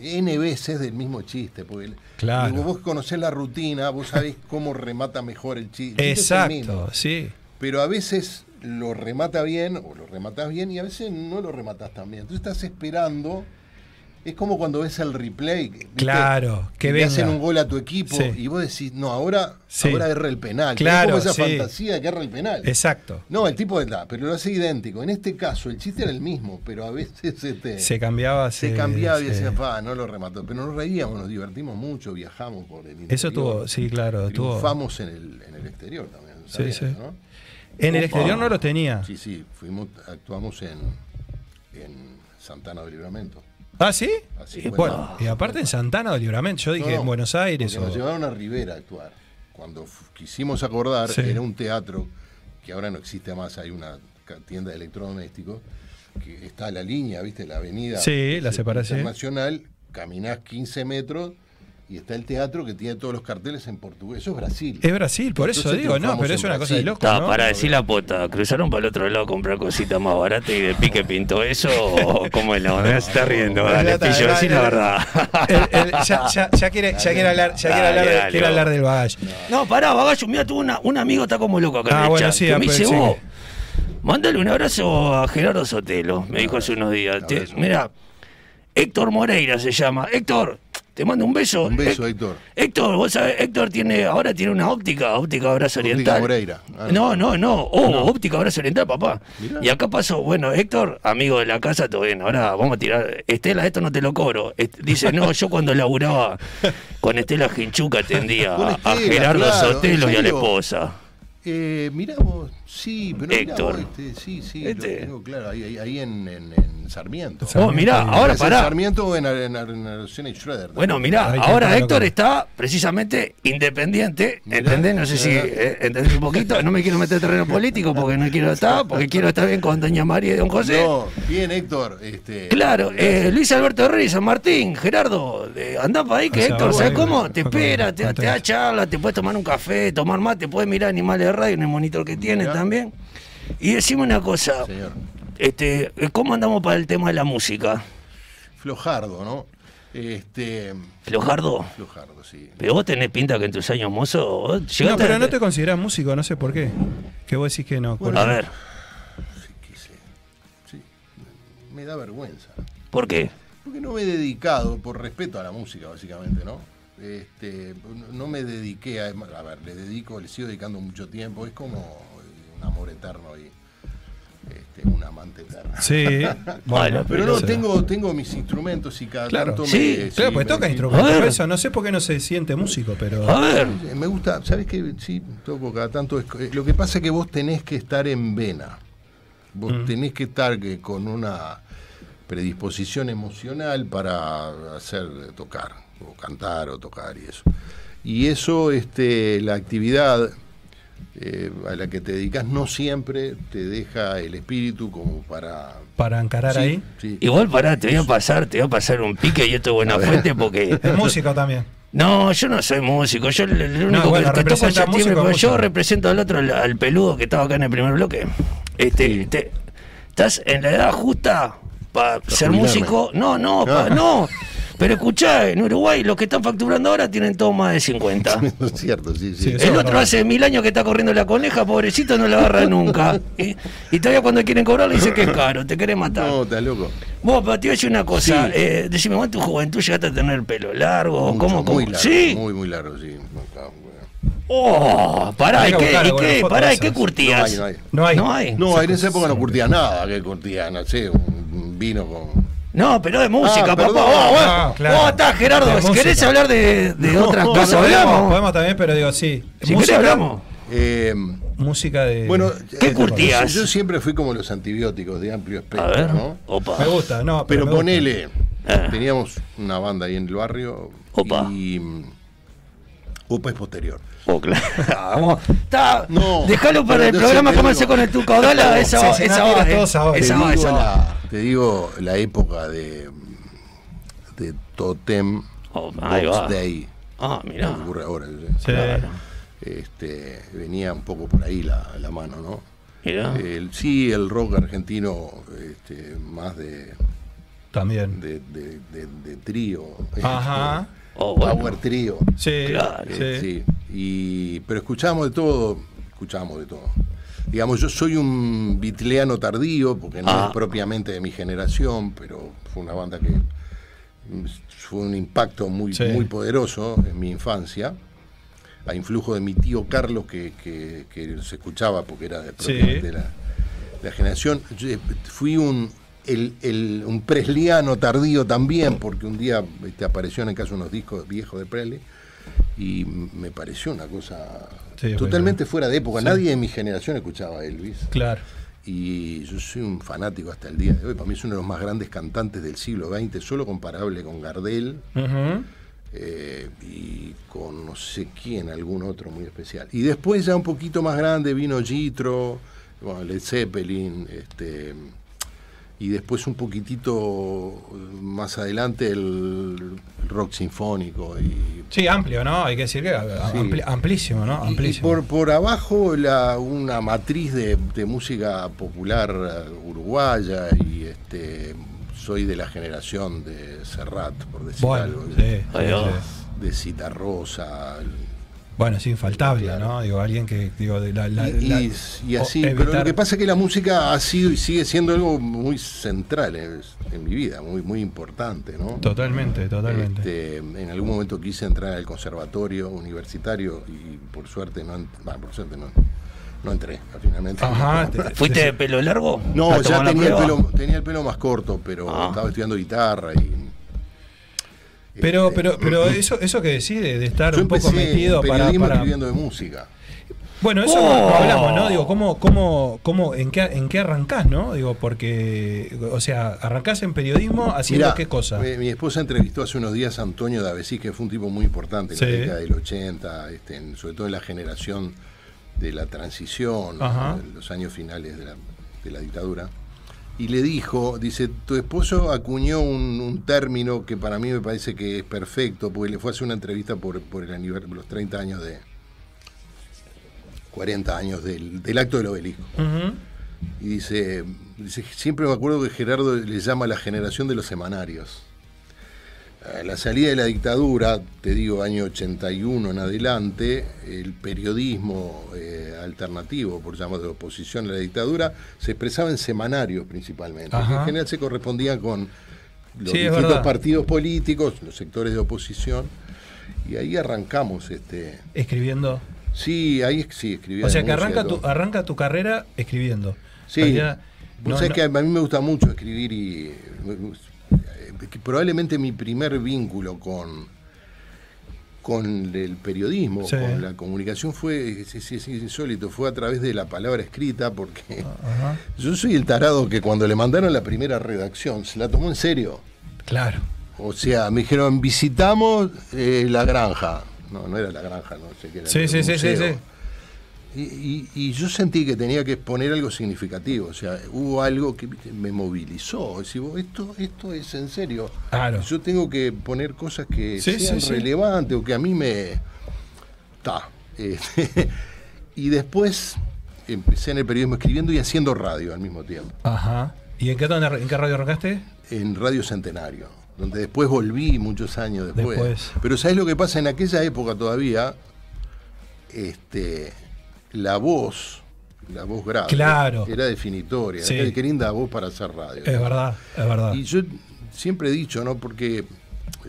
S4: eh, N veces del mismo chiste, porque el-
S3: Claro.
S4: digo, vos conocés la rutina, vos sabés cómo remata mejor el chiste. El chiste es el mismo.
S3: Exacto, sí.
S4: pero a veces lo remata bien o lo rematas bien y a veces no lo rematas tan bien. Entonces estás esperando. Es como cuando ves el replay. ¿viste?
S3: Claro, que
S4: Y le
S3: venga.
S4: hacen un gol a tu equipo
S3: Sí.
S4: y vos decís, no, ahora,
S3: Sí.
S4: ahora erra el penal.
S3: Claro,
S4: es como esa
S3: sí.
S4: fantasía que erra el penal.
S3: Exacto.
S4: No, el tipo está, pero lo hace idéntico. En este caso, el chiste era el mismo, pero a veces este,
S3: Se cambiaba,
S4: se cambiaba y
S3: se-
S4: decías, "Pa, no lo remató. Pero nos reíamos, nos divertimos mucho, viajamos por el interior.
S3: Eso tuvo, sí, claro, tuvo.
S4: Triunfamos en el, en el exterior también.
S3: Sí,
S4: ¿sabías,
S3: sí.
S4: no?
S3: En el exterior no lo tenía.
S4: Sí, sí, fuimos, actuamos en, en Santana del Libramento.
S3: ¿Ah, sí?
S4: Así
S5: Sí,
S4: fue.
S3: Bueno, y aparte en Santana o Libramento, yo dije
S4: No, no,
S3: en Buenos Aires.
S4: porque
S3: o-
S4: Nos llevaron a Rivera a actuar. Cuando f- quisimos acordar,
S3: Sí.
S4: era un teatro que ahora no existe más, hay una ca- tienda de electrodomésticos, que está a la línea, ¿viste? La avenida
S3: Sí, la
S4: eh,
S3: separación.
S4: internacional, caminás 15 metros y está el teatro que tiene todos los carteles en portugués. Eso es Brasil.
S3: Es Brasil, por eso
S4: Entonces
S3: digo, no,
S4: triunfamos
S3: pero es
S4: en
S3: una cosa de
S4: Brasil.
S3: loco.
S5: Está,
S3: ¿no?
S5: para decir la pota, cruzaron para el otro lado a comprar cositas más baratas y de pique pintó eso. o ¿Cómo es la verdad? Se está riendo, dale,
S3: Relata,
S5: pillo,
S3: relata,
S5: decí la verdad.
S3: relata. El- el- ya, ya- ya quiere, ya quiere hablar, ya quiere
S5: Dale,
S3: hablar, de-
S5: dale,
S3: quiere
S5: vos.
S3: hablar del bagage.
S5: No, pará, Bagallo, mira, tuvo una, un amigo está como loco acá
S3: Ah,
S5: en el
S3: bueno,
S5: chat,
S3: sí,
S5: que me
S3: ah,
S5: dice,
S3: pensé
S5: vos, mandale un abrazo a Gerardo Sotelo, me dijo hace unos días.
S4: un
S5: Te-
S4: abrazo.
S5: Mira, Héctor Moreira se llama. Héctor, Te mando un beso.
S4: Un beso,
S5: Hé-
S4: Héctor.
S5: Héctor, vos sabés, Héctor tiene, ahora tiene una óptica, óptica Brazo
S4: Óptica
S5: Oriental.
S4: Moreira. Ah,
S5: no, no, no. Oh, óptica Brazo Oriental, papá.
S4: Mirá.
S5: Y acá pasó, bueno, Héctor, amigo de la casa, todo bien. Ahora vamos a tirar. Estela, esto no te lo cobro. Est- Dice, no, yo cuando laburaba con Estela Ginchuca atendía
S4: Con
S5: a, a
S4: Estela,
S5: Gerardo
S4: claro,
S5: Sotelo y a
S4: ¿en
S5: la
S4: serio?
S5: esposa.
S4: Eh, mirá vos, sí, pero mirá
S5: Héctor.
S4: vos, este, sí, sí,
S5: Este.
S4: lo tengo claro, ahí, ahí- ahí en, en- en Sarmiento.
S5: Oh, mirá, ahora
S4: ¿Es en
S5: pará.
S4: Sarmiento o en, Ar- en, Ar- en Aracena y Schroeder.
S5: Bueno, mirá,
S3: Hay que
S5: ahora
S3: estar
S5: Héctor
S3: loco.
S5: está precisamente independiente,
S4: Mirá,
S5: ¿entendés? No sé si
S4: mirá.
S5: eh, entendés un poquito, no me quiero meter en terreno político porque no quiero estar, porque quiero estar bien con doña María y don José.
S4: No, bien, Héctor. Este,
S5: ¿eh? Claro, eh, Luis Alberto Reyes, San Martín, Gerardo, eh, andá para ahí que
S3: O sea,
S5: Héctor,
S3: vos
S5: ¿sabes
S3: ahí,
S5: cómo?
S3: eh,
S5: Te
S3: fue como-
S5: espera, te, te da
S3: fantástico.
S5: charla, te puedes tomar un café, tomar mate, puedes mirar animales de radio en el monitor que tienen
S4: Mirá.
S5: también. Y decime una cosa,
S4: Señor.
S5: este, ¿cómo andamos para el tema de la música?
S4: Flojardo, ¿no? Este,
S5: Flojardo.
S4: flojardo, sí.
S5: Pero vos tenés pinta que en tus años mozos. vos
S3: No,
S5: llegaste
S3: pero
S5: a-
S3: no te considerás músico, no sé por qué. Que vos decís que no.
S4: Bueno,
S5: A ver,
S4: Sí, qué sé. Sí, me da vergüenza.
S5: ¿por qué?
S4: Porque no me he dedicado, por respeto a la música, básicamente, ¿no? Este, no- no me dediqué a. A ver, le dedico, le sigo dedicando mucho tiempo. Es como eh, un amor eterno y este, un amante eterno.
S3: Sí.
S5: Bueno,
S4: Pero no,
S3: o sea,
S4: tengo, tengo mis instrumentos y cada
S3: Claro.
S4: tanto
S5: Sí,
S4: me.
S3: Claro, pues porque
S4: me-
S3: toca
S5: A
S3: instrumentos.
S5: ver.
S3: Eso, no sé por qué no se siente músico, pero.
S5: A ver,
S4: Eh, Me gusta, ¿sabes qué? Sí, toco cada tanto. es- eh, Lo que pasa es que vos tenés que estar en vena. Vos
S3: Mm.
S4: tenés que estar eh, con una predisposición emocional para hacer eh, tocar, o cantar, o tocar y eso. Y eso, este, la actividad eh, a la que te dedicas no siempre te deja el espíritu como para.
S3: Para encarar
S4: Sí,
S3: ahí.
S4: sí.
S5: igual pará, te voy a pasar, te voy a pasar un pique y esto es buena fuente porque.
S3: Es músico también.
S5: No, yo no soy músico, yo el, el único
S3: bueno,
S5: que, que toco
S3: representa
S5: yo
S3: músico,
S5: porque yo
S3: músico.
S5: represento al otro, al, al peludo que estaba acá en el primer bloque. Este, te- estás en la edad justa para ser
S4: jubilarme.
S5: músico. No, no, pa- no. Pero escuchá, en Uruguay los que están facturando ahora tienen todo más de 50.
S4: No es cierto, sí, sí.
S3: Sí,
S5: El
S3: Eso,
S5: otro
S3: no.
S5: hace mil años que está corriendo la coneja, pobrecito, no la agarra nunca. Y, y todavía cuando quieren cobrar le dicen que es caro, te querés matar.
S4: No, estás loco.
S5: Vos, pero te voy a decir una cosa.
S4: Sí.
S5: eh, decime, vos en tu juventud llegaste a tener el pelo largo.
S4: Mucho,
S5: ¿Cómo? cómo?
S4: Muy largo,
S5: sí.
S4: muy, muy largo, sí. No, está, bueno.
S5: Oh, pará,
S3: Hay
S5: ¿y
S3: que
S5: qué,
S3: buscar
S5: y
S3: alguna
S5: qué,
S3: foto
S5: pará,
S3: de
S5: ¿y qué
S3: esas.
S5: curtías?
S4: No hay, no
S3: No hay.
S4: hay.
S5: No hay.
S4: No, en esa época no curtía nada, que curtía, no sé, un vino con...
S5: No, pero de música, papá.
S4: perdón.
S5: Vos, vos,
S3: Ah, claro.
S5: vos estás, Gerardo.
S3: De
S5: si querés
S3: música.
S5: hablar de, de otras
S3: No,
S5: cosas,
S3: no,
S5: hablamos.
S3: Podemos también, pero digo, sí.
S5: si querés, hablamos.
S4: Eh,
S3: Música de.
S4: bueno,
S5: ¿Qué
S4: eh,
S5: curtías?
S4: Yo siempre fui como los antibióticos de amplio
S5: A
S4: espectro,
S5: ver.
S4: ¿no?
S5: Opa.
S3: Me gusta, no.
S4: Pero
S3: me gusta.
S4: ponele,
S5: Ah.
S4: teníamos una banda ahí en el barrio
S5: Opa.
S4: y... mm, Opa es posterior.
S5: Oh, claro. Está-
S4: No,
S5: dejalo para
S4: pero
S5: el
S4: yo
S5: programa,
S4: te digo-
S5: comerse con el tu caudala. Esa va,
S3: sí,
S5: esa
S3: no,
S5: va.
S3: tira
S5: eh.
S3: todos ahora.
S5: Esa
S4: te,
S5: va,
S4: digo
S5: esa va.
S4: la, te digo la época de, mm, de Totem,
S5: Oh, ahí
S4: Box
S5: va.
S4: Day,
S5: Ah,
S4: que
S5: mirá.
S4: ocurre ahora. yo sé.
S3: Sí.
S5: Claro.
S4: Este, venía un poco por ahí la, la mano, ¿no?
S5: Mirá.
S4: El- sí, el rock argentino este, más de,
S3: También.
S4: de, de- de- de trío.
S3: Ajá.
S5: Oh,
S4: este,
S5: bueno.
S4: Power trío.
S3: Sí.
S5: Claro,
S4: eh, sí. Y, pero escuchamos de todo, escuchamos de todo. Digamos, yo soy un bitleano tardío, porque no
S5: Ah.
S4: es propiamente de mi generación, pero fue una banda que mm, fue un impacto muy,
S3: Sí.
S4: muy poderoso en mi infancia. A influjo de mi tío Carlos, que, que, que se escuchaba porque era de, propiamente la, la generación. Yo, eh, fui un, el, el- un presliano tardío también, porque un día este, aparecieron en casa unos discos viejos de Presley y me pareció una cosa
S3: Sí, bueno.
S4: totalmente fuera de época. Nadie de mi generación escuchaba a Elvis.
S3: Claro.
S4: Y yo soy un fanático hasta el día de hoy. Para mí es uno de los más grandes cantantes del siglo XX, solo comparable con Gardel
S3: Ujú.
S4: eh, y con no sé quién, algún otro muy especial. Y después ya un poquito más grande vino Gitro, bueno, Led Zeppelin, este, y después un poquitito más adelante el rock sinfónico. Y,
S3: Sí, amplio, ¿no? Hay que decir que a- ampli- amplísimo, ¿no?
S4: y- y
S3: Amplísimo.
S4: por, por abajo la, una matriz de, de música popular eh, uruguaya y este... Soy de la generación de Serrat, por decir
S3: bueno,
S4: algo
S3: sí, sí,
S5: Ahí va.
S3: sí.
S4: de Cita Rosa,
S3: Bueno, es infaltable, ¿no? Digo, alguien que. Digo, de la, la-
S4: Y,
S3: la-
S4: y- y
S3: o
S4: así, pero
S3: evitar-
S4: lo que pasa es que la música ha sido y sigue siendo algo muy central en, en mi vida, muy, muy importante, ¿no?
S3: Totalmente, totalmente.
S4: Este, en algún momento quise entrar al conservatorio universitario y por suerte no, ent- bueno, por suerte no, no entré, finalmente.
S3: Ajá, te-
S5: ¿Fuiste de pelo largo?
S4: No, ya
S5: ¿A tomar la
S4: tenía el,
S5: prueba?
S4: pelo, tenía el pelo más corto, pero
S5: Ah.
S4: estaba estudiando guitarra y.
S3: Pero,
S4: este,
S3: pero, pero eso, eso que decide de estar
S4: yo
S3: un poco
S4: empecé
S3: metido
S4: en
S3: para.
S4: periodismo
S3: para-
S4: escribiendo de música.
S3: Bueno, eso
S5: ¡Oh!
S3: lo hablamos, ¿no? Digo, ¿cómo, cómo, cómo, en, qué, ¿en qué arrancás, no? Digo, porque, o sea, arrancás en periodismo haciendo
S4: Mirá, eh,
S3: qué cosa.
S4: Mi, mi esposa entrevistó hace unos días a Antonio Davesí, que fue un tipo muy importante en
S3: Sí.
S4: la década del 80, este, en- sobre todo en la generación de la transición,
S3: Ajá.
S4: en los años finales de la, de la dictadura. Y le dijo, dice, tu esposo acuñó un, un término que para mí me parece que es perfecto, porque le fue a hacer una entrevista por, por el aniver- los 30 años de... 40 años del, del acto del obelisco.
S3: Ujú.
S4: Y dice, dice, siempre me acuerdo que Gerardo le llama la generación de los semanarios. A la salida de la dictadura, te digo, año 81 en adelante, el periodismo eh, alternativo, por llamar de oposición a la dictadura, se expresaba en semanarios principalmente, que
S3: Ajá.
S4: en general se correspondían con los
S3: Sí, es
S4: distintos
S3: verdad.
S4: partidos políticos, los sectores de oposición, y ahí arrancamos. este
S3: Escribiendo.
S4: Sí, ahí es- sí escribía.
S3: O
S4: de
S3: sea, que
S4: música,
S3: arranca tu,
S4: todo.
S3: arranca tu carrera escribiendo. En
S4: Sí.
S3: realidad,
S4: Vos
S3: no-
S4: sabés
S3: no-
S4: que a mí me gusta mucho escribir y eh, que probablemente mi primer vínculo con con el periodismo,
S3: Sí.
S4: con la comunicación fue es, es- es insólito, fue a través de la palabra escrita porque
S3: Ajá.
S4: yo soy el tarado que cuando le mandaron la primera redacción se la tomó en serio.
S3: Claro.
S4: O sea, me dijeron, visitamos eh, la granja. No, no era la granja, no sé qué era.
S3: Sí,
S4: era
S3: sí,
S4: un
S3: sí, sí,
S4: museo.
S3: sí.
S4: Y, y- y yo sentí que tenía que exponer algo significativo. O sea, hubo algo que me movilizó. Es decir, vos, esto, esto es en serio.
S3: Claro.
S4: Yo tengo que poner cosas que
S3: Sí,
S4: sean
S3: sí, sí.
S4: relevantes o que a mí me. Ta. Este, y después empecé en el periodismo escribiendo y haciendo radio al mismo tiempo
S3: Ajá. ¿Y en qué, dónde arran- en qué radio arrancaste?
S4: en Radio Centenario, donde después volví muchos años después.
S3: Después.
S4: Pero ¿sabes lo que pasa? En aquella época todavía, este, la voz, la voz grave,
S3: Claro.
S4: era definitoria.
S3: Sí.
S4: Era, Qué linda voz para hacer radio.
S3: Es verdad, es verdad.
S4: Y yo siempre he dicho, ¿no? Porque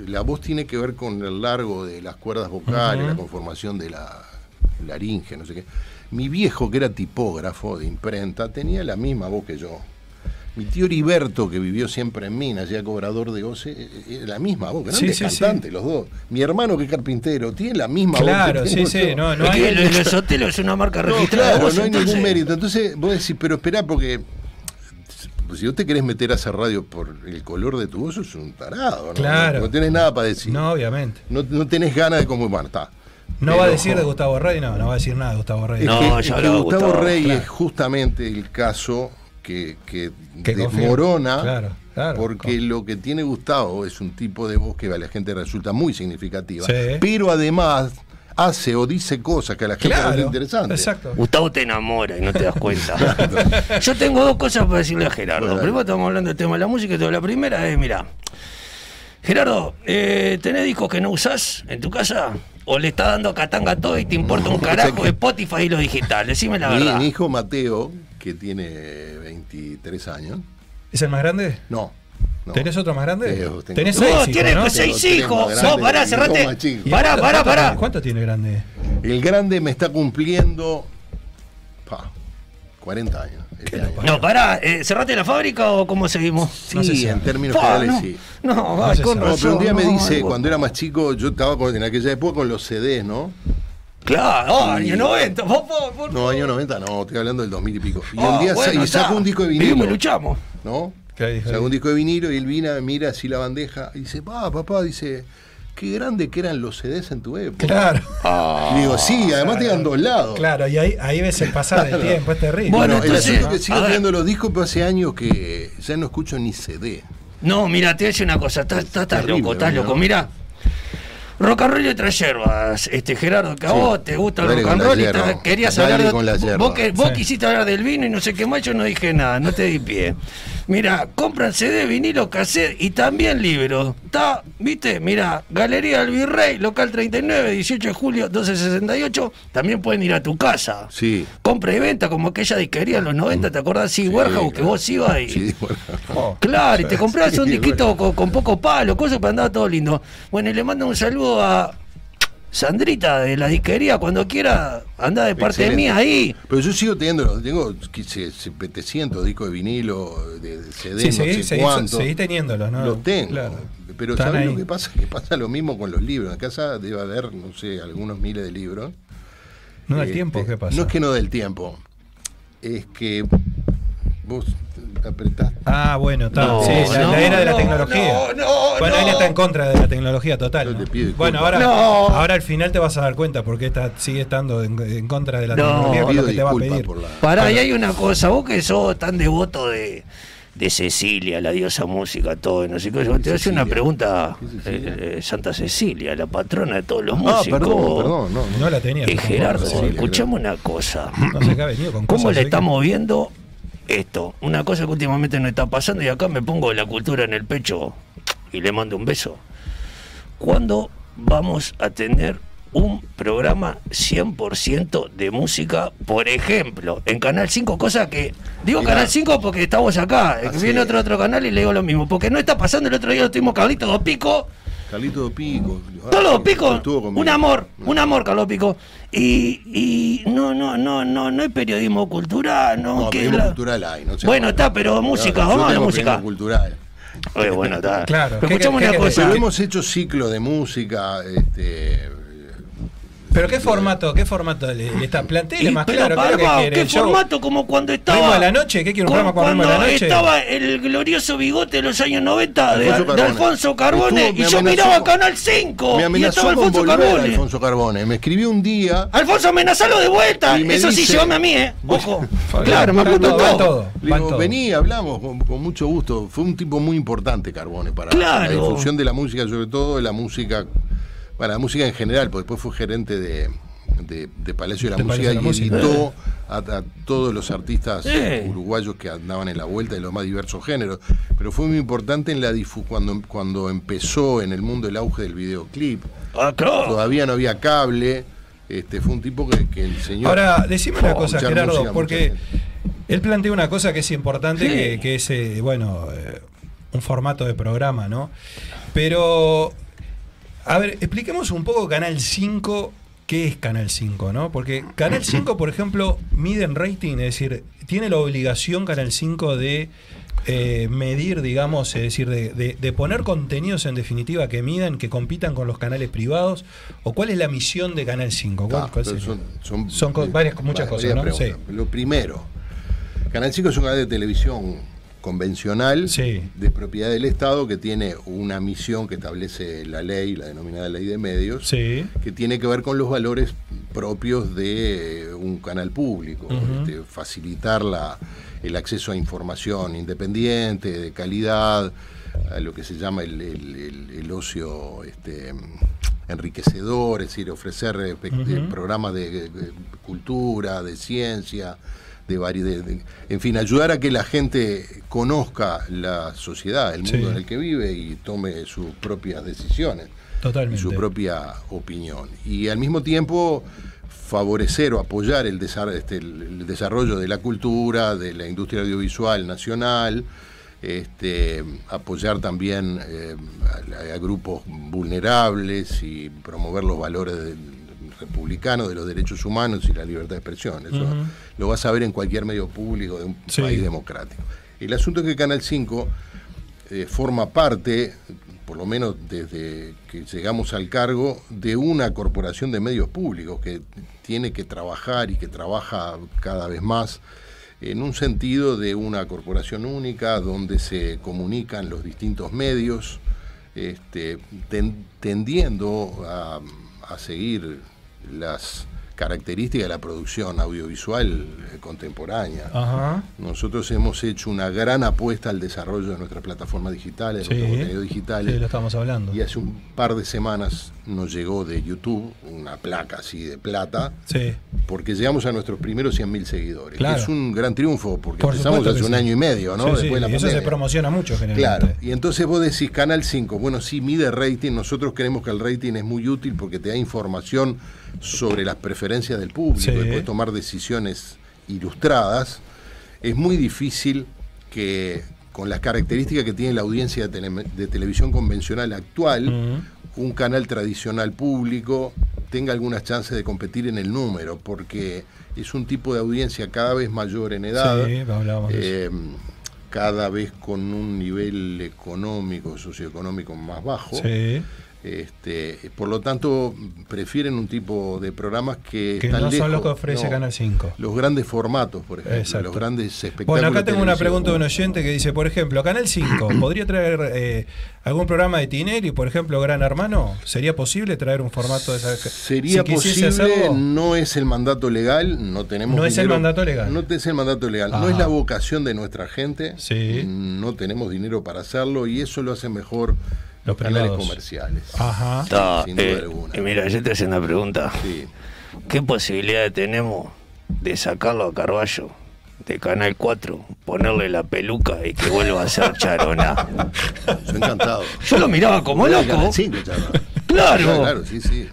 S4: la voz tiene que ver con el largo de las cuerdas vocales, la conformación de la laringe, no sé qué. Mi viejo, que era tipógrafo de imprenta, tenía la misma voz que yo. Mi tío Heriberto, que vivió siempre en Minas, ya cobrador de OCE, eh, eh, la misma voz, grandes
S3: sí, sí.
S4: cantantes los dos. Mi hermano, que es carpintero, tiene la misma
S3: Claro,
S4: voz. que
S3: sí,
S4: tengo
S3: sí.
S4: yo.
S3: No, no
S5: Es que
S3: hay.
S5: lo- Los hoteles es una marca
S4: No,
S5: registrada.
S4: claro,
S5: vos,
S4: no hay ningún
S5: entonces-
S4: mérito. Entonces vos decís, pero esperá, porque pues, si vos te querés meter a hacer radio por el color de tu voz, sos un tarado. ¿no?
S3: Claro.
S4: No, tenés nada para decir.
S3: No,
S4: No,
S3: obviamente.
S4: no, tenés ganas de cómo. Bueno, está.
S3: No
S4: Pero-
S3: va a decir de Gustavo Rey, no, no va a decir nada de Gustavo Rey.
S4: Es
S5: No,
S4: que-
S5: yo
S4: es que
S5: hablaba de
S4: Gustavo
S5: Gustavo,
S4: Rey
S3: claro.
S4: es justamente el caso que, que
S3: Que confirma.
S4: desmorona.
S3: Claro, claro.
S4: Porque lo que tiene Gustavo es un tipo de voz que a la gente resulta muy significativa.
S3: Sí.
S4: Pero además hace o dice cosas que a la gente
S3: Claro,
S4: le interesante.
S3: Exacto.
S5: Gustavo te enamora y no te das cuenta. Yo tengo dos cosas para decirle a Gerardo.
S4: Bueno, dale.
S5: Primero estamos hablando del tema de la música y todo. La primera es, mira, Gerardo, eh, ¿tenés discos que no usás en tu casa? ¿O le estás dando catanga a todo y te importa un carajo Spotify y lo digital? Decime la
S4: Mi-
S5: verdad.
S4: Mi hijo Mateo, que tiene 23 años.
S3: ¿Es el más grande?
S4: No. no.
S3: ¿Tenés otro más grande?
S4: Tengo- tengo-
S3: Tenés
S5: No,
S3: seis hijos,
S5: tiene
S3: ¿no?
S4: Tengo
S5: seis
S4: tres
S5: hijos.
S4: más
S5: No,
S4: grandes
S5: pará,
S4: y dos
S5: cerrate.
S4: más chicos.
S3: ¿Y
S5: Pará,
S3: cuánto-
S5: pará,
S3: cuánto
S5: pará.
S3: tiene- ¿Cuánto tiene grande?
S4: El grande me está cumpliendo. pa, 40 años. este año.
S5: No, pará. eh, ¿Cerrate la fábrica o cómo seguimos?
S4: Sí,
S3: no sé si-
S4: en términos
S5: Fa,
S4: generales
S5: no,
S4: sí.
S5: no,
S3: No
S5: ay,
S3: se
S5: con
S3: sabe.
S4: No,
S5: razón.
S4: pero un día me
S5: no,
S4: dice,
S5: ay,
S4: cuando era más chico, yo estaba con- en aquella época con los CDs, ¿no?
S5: Claro, oh, año 90. Vos, vos, vos.
S4: No, año 90, no, estoy hablando del 2000 y pico. Y
S5: Ah,
S4: un día sa-
S5: bueno,
S4: y saco
S5: está.
S4: un disco de vinilo.
S5: Vivimos y luchamos.
S4: ¿no?
S3: Claro, dijo
S4: Saca
S3: ahí.
S4: un disco de vinilo y él vino, mira así la bandeja y dice, pa, papá, dice, qué grande que eran los CDs en tu época.
S3: Claro,
S4: Y digo, sí, además te dan dos lados.
S3: claro, y ahí, ahí ves el pasar del tiempo, es terrible.
S5: Bueno,
S4: Bueno,
S5: entonces-
S4: el asunto es que
S5: a
S4: sigo
S5: ver.
S4: teniendo los discos, pero hace años que ya no escucho ni CD.
S5: No, mira, te voy a decir una cosa, estás, estás- estás
S4: Terrible,
S5: loco, estás
S4: ¿no?
S5: loco, mira. Rock and roll y otras hierbas, este Gerardo, que a
S4: Sí.
S5: vos te gusta el
S4: Dale
S5: rock and
S4: con la
S5: roll y
S4: hierba.
S5: estás- querías
S4: Dale
S5: hablar de.
S4: con la
S5: vos-
S4: hierba.
S5: Vos, que- vos
S3: Sí.
S5: quisiste hablar del vino y no sé qué más, yo no dije nada, no te di pie. Mira, compran CD, vinilo, cassette y también libros. Está, viste, mira, Galería del Virrey, local 39, 18 de julio, 1268. También pueden ir a tu casa.
S4: Sí.
S5: Compra y venta, como aquella disquería en los 90, ¿te acordás? Sí, Warehouse, que
S4: claro.
S5: vos ibas y.
S4: Sí, bueno.
S5: Claro, y te comprabas
S4: Sí,
S5: un disquito
S4: bueno.
S5: con, con poco palo, cosas para andar todo lindo. Bueno, y le mando un saludo a Sandrita de la disquería, cuando quiera, anda de parte
S4: Excelente.
S5: mía ahí.
S4: Pero yo sigo teniendo, tengo 15, 700 discos de vinilo, de, de CD,
S3: Sí,
S4: no
S3: seguí,
S4: sé
S3: seguí-
S4: cuánto.
S3: seguí teniéndolos, ¿no?
S4: Los tengo.
S3: Claro.
S4: Pero
S3: Están
S4: ¿sabes lo
S3: ahí.
S4: que pasa? Que pasa lo mismo con los libros. En casa debe haber, no sé, algunos miles de libros.
S3: No da el
S4: Este,
S3: tiempo, ¿qué pasa?
S4: No es que no del tiempo. Es que vos apretás.
S3: Ah, bueno, está.
S5: No,
S3: sí, la,
S5: no,
S3: la era de la
S5: no,
S3: tecnología.
S5: no, no,
S3: bueno, él
S5: no.
S3: está en contra de la tecnología total.
S4: Yo
S3: ¿no?
S4: te pido disculpas.
S3: bueno, ahora,
S5: No.
S3: ahora al final te vas a dar cuenta porque está, sigue estando en, en contra de la
S5: No,
S3: tecnología, que
S4: Te
S3: es lo
S4: pido
S3: que te va a
S4: disculpas
S3: pedir. Ah,
S4: por la.
S5: Pará, y hay una cosa, vos que sos tan devoto de, de Cecilia, la diosa música, todo, y no sé qué, yo te hace
S4: Cecilia?
S5: una pregunta,
S4: ¿Qué Cecilia?
S5: eh, eh, Santa Cecilia, la patrona de todos los
S4: Ah,
S5: músicos.
S4: perdón, perdón. No, no.
S3: No la tenía.
S5: Eh,
S3: tampoco,
S5: Gerardo,
S3: Cecilia.
S5: escuchame una cosa.
S3: No sé qué ha venido con
S5: ¿Cómo
S3: cosas,
S5: le
S3: ¿sí?
S5: estamos viendo esto? Una cosa que últimamente no está pasando y acá me pongo la cultura en el pecho y le mando un beso. ¿Cuándo vamos a tener un programa 100% de música, por ejemplo, en Canal 5, cosa que... Digo
S4: Mirá.
S5: Canal 5 porque estamos acá, eh,
S4: Así
S5: viene
S4: es.
S5: otro otro canal y le digo lo mismo, porque no está pasando, el otro día lo tuvimos Carlito Dos Pico,
S4: Carlito Pico. ah,
S5: Carlos Pico,
S4: Estuvo conmigo.
S5: un amor, un amor, Carlos Pico. Y, y no, no, no, no, no hay periodismo cultural, no,
S4: No,
S5: que
S4: pedimos
S5: la-
S4: cultural hay. No se
S5: Bueno,
S4: joda.
S5: está, pero música,
S4: Yo
S5: vamos a la
S4: tengo
S5: música.
S4: pedimos cultural.
S5: Eh, bueno, está.
S3: Claro,
S5: Pero
S3: ¿qué-
S5: escuchame
S3: qué-
S5: una
S3: qué-
S5: cosa.
S4: Pero
S3: qué-
S4: hemos hecho ciclo de música, este,
S3: Pero qué formato, qué formato le, le está planteando
S5: Y-
S3: más
S5: pero
S3: claro, ¿qué es lo que
S5: Parma,
S3: quiere?
S5: qué
S3: El show-
S5: formato como cuando estaba.
S3: ¿Ritmo a la noche? ¿Qué quiere un
S5: como
S3: programa con ritmo a la
S5: cuando
S3: noche?
S5: estaba el glorioso bigote de los años 90 de,
S4: Alfonso
S5: de
S4: Carbone.
S5: Alfonso Carbone
S4: Estuvo-
S5: y
S4: me
S5: yo
S4: amenazó
S5: miraba
S4: con-
S5: Canal 5
S4: me
S5: y
S4: amenazó
S5: estaba
S4: con
S5: Alfonso
S4: volver
S5: Carbone. Alfonso,
S4: Alfonso Carbone. Me escribió un día.
S5: amenazalo de vuelta.
S4: Y me
S5: Eso sí,
S4: dice-
S5: llévame a mí, ¿eh? Ojo.
S3: Fabián,
S5: claro, me
S3: va
S5: apuntó
S3: todo, va
S5: todo.
S3: todo,
S4: Le
S3: va
S4: digo,
S3: todo.
S4: vení, hablamos con, con mucho gusto. Fue un tipo muy importante Carbone para la
S5: Claro.
S4: difusión de la música, sobre todo de la música, para la música en general, porque después fue gerente de, de- de Palacio de la
S3: De Palacio
S4: Música
S3: de
S4: y
S3: la Música. Eh.
S4: editó a, a todos los artistas
S5: Eh.
S4: uruguayos que andaban en la vuelta de los más diversos géneros. Pero fue muy importante en la difu- cuando, cuando empezó en el mundo el auge del videoclip.
S5: Ah, claro.
S4: Todavía no había cable. Este, fue un tipo que, que enseñó.
S3: Ahora, decime una
S4: Oh,
S3: cosa,
S4: escuchar
S3: Gerardo,
S4: música,
S3: porque
S4: mucha
S3: él plantea una cosa que es importante,
S5: Sí.
S3: que, que es, eh, bueno, eh, un formato de programa, ¿no? Pero, a ver, expliquemos un poco Canal 5, qué es Canal 5, ¿no? Porque Canal 5, por ejemplo, mide en rating, es decir, tiene la obligación Canal 5 de... eh, medir, digamos, es decir, de, de- de poner contenidos en definitiva que midan, que compitan con los canales privados, o cuál es la misión de Canal 5? ¿Cuál-
S4: Ah,
S3: cuál
S4: pero
S3: sería?
S4: son, son-
S3: Son co-
S4: eh,
S3: varias- muchas cosas, ¿no?
S4: preguntas. Lo primero, Canal 5 es un canal de televisión convencional
S3: Sí.
S4: de propiedad del Estado que tiene una misión que establece la ley, la denominada ley de medios,
S3: Sí.
S4: que tiene que ver con los valores propios de eh, un canal público,
S3: Ujú.
S4: este, facilitar la- el acceso a información independiente, de calidad, a lo que se llama el, el- el- el ocio este, enriquecedor, es decir, ofrecer eh, pe-
S3: Ujú.
S4: eh, programas de, de- de cultura, de ciencia. De, vari- de- de- en fin, ayudar a que la gente conozca la sociedad, el mundo
S3: Sí.
S4: en el que vive y tome sus propias decisiones y
S3: Totalmente.
S4: su propia opinión. Y al mismo tiempo favorecer o apoyar el, desa- este, el- el desarrollo de la cultura, de la industria audiovisual nacional, este, apoyar también eh, a, a grupos vulnerables y promover los valores del- republicanos, de los derechos humanos y la libertad de expresión. Eso
S3: Ujú.
S4: lo vas a ver en cualquier medio público de un
S3: Sí.
S4: país democrático. El asunto es que Canal 5 eh, forma parte, por lo menos desde que llegamos al cargo, de una corporación de medios públicos que tiene que trabajar y que trabaja cada vez más en un sentido de una corporación única donde se comunican los distintos medios, este, ten- tendiendo a, a seguir las característica de la producción audiovisual eh, contemporánea.
S3: Ajá.
S4: Nosotros hemos hecho una gran apuesta al desarrollo de nuestras plataformas digitales, de
S3: Sí,
S4: nuestros contenidos digitales.
S3: sí, lo estamos hablando.
S4: Y hace un par de semanas nos llegó de YouTube una placa así de plata,
S3: Sí.
S4: porque llegamos a nuestros primeros 100.000 seguidores.
S3: Claro.
S4: Es un gran triunfo, porque
S3: Por
S4: empezamos
S3: supuesto que
S4: hace un
S3: sí.
S4: año y medio, ¿no?
S3: Sí, sí,
S4: Después de la
S3: y eso se
S4: pandemia.
S3: promociona mucho generalmente.
S4: Claro, y entonces vos decís Canal 5, bueno, sí mide rating, nosotros creemos que el rating es muy útil porque te da información sobre las preferencias del público
S3: Sí.
S4: y puedes tomar decisiones ilustradas. Es muy difícil que con las características que tiene la audiencia de, tele- de televisión convencional actual,
S3: Mm.
S4: un canal tradicional público tenga algunas chances de competir en el número, porque es un tipo de audiencia cada vez mayor en edad,
S3: Sí, hablábamos de eso.
S4: eh, cada vez con un nivel económico, socioeconómico más bajo.
S3: Sí.
S4: Este, por lo tanto, prefieren un tipo de programas que,
S3: Que
S4: están
S3: no
S4: lejos,
S3: son los que ofrece
S4: no.
S3: Canal 5.
S4: Los grandes formatos, por ejemplo,
S3: Exacto.
S4: los grandes espectáculos.
S3: Bueno, acá tengo una
S4: televisivos.
S3: pregunta de un oyente que dice, por ejemplo, Canal 5, ¿podría traer eh, algún programa de Tinelli, por ejemplo, Gran Hermano? ¿Sería posible traer un formato de esa
S4: Sería
S3: si quisiese
S4: posible,
S3: hacerlo?
S4: no es el mandato legal, no tenemos
S3: No es el mandato legal.
S4: No es el mandato legal, no
S3: Ajá.
S4: es la vocación de nuestra gente.
S3: Sí.
S4: No tenemos dinero para hacerlo y eso lo hace mejor
S3: Los
S4: los canales
S3: privados. Ah.
S4: comerciales.
S3: Ajá.
S5: Está,
S4: sin duda
S5: eh,
S4: alguna.
S5: y mira, yo te hacía una pregunta.
S4: Sí.
S5: ¿Qué posibilidades tenemos de sacarlo a Carballo de Canal 4, ponerle la peluca y que vuelva a ser Charona?
S4: Yo encantado.
S5: Yo lo miraba como
S4: Mirá,
S5: loco.
S4: Canal 5, chaval.
S5: Claro.
S4: Claro, sí, sí.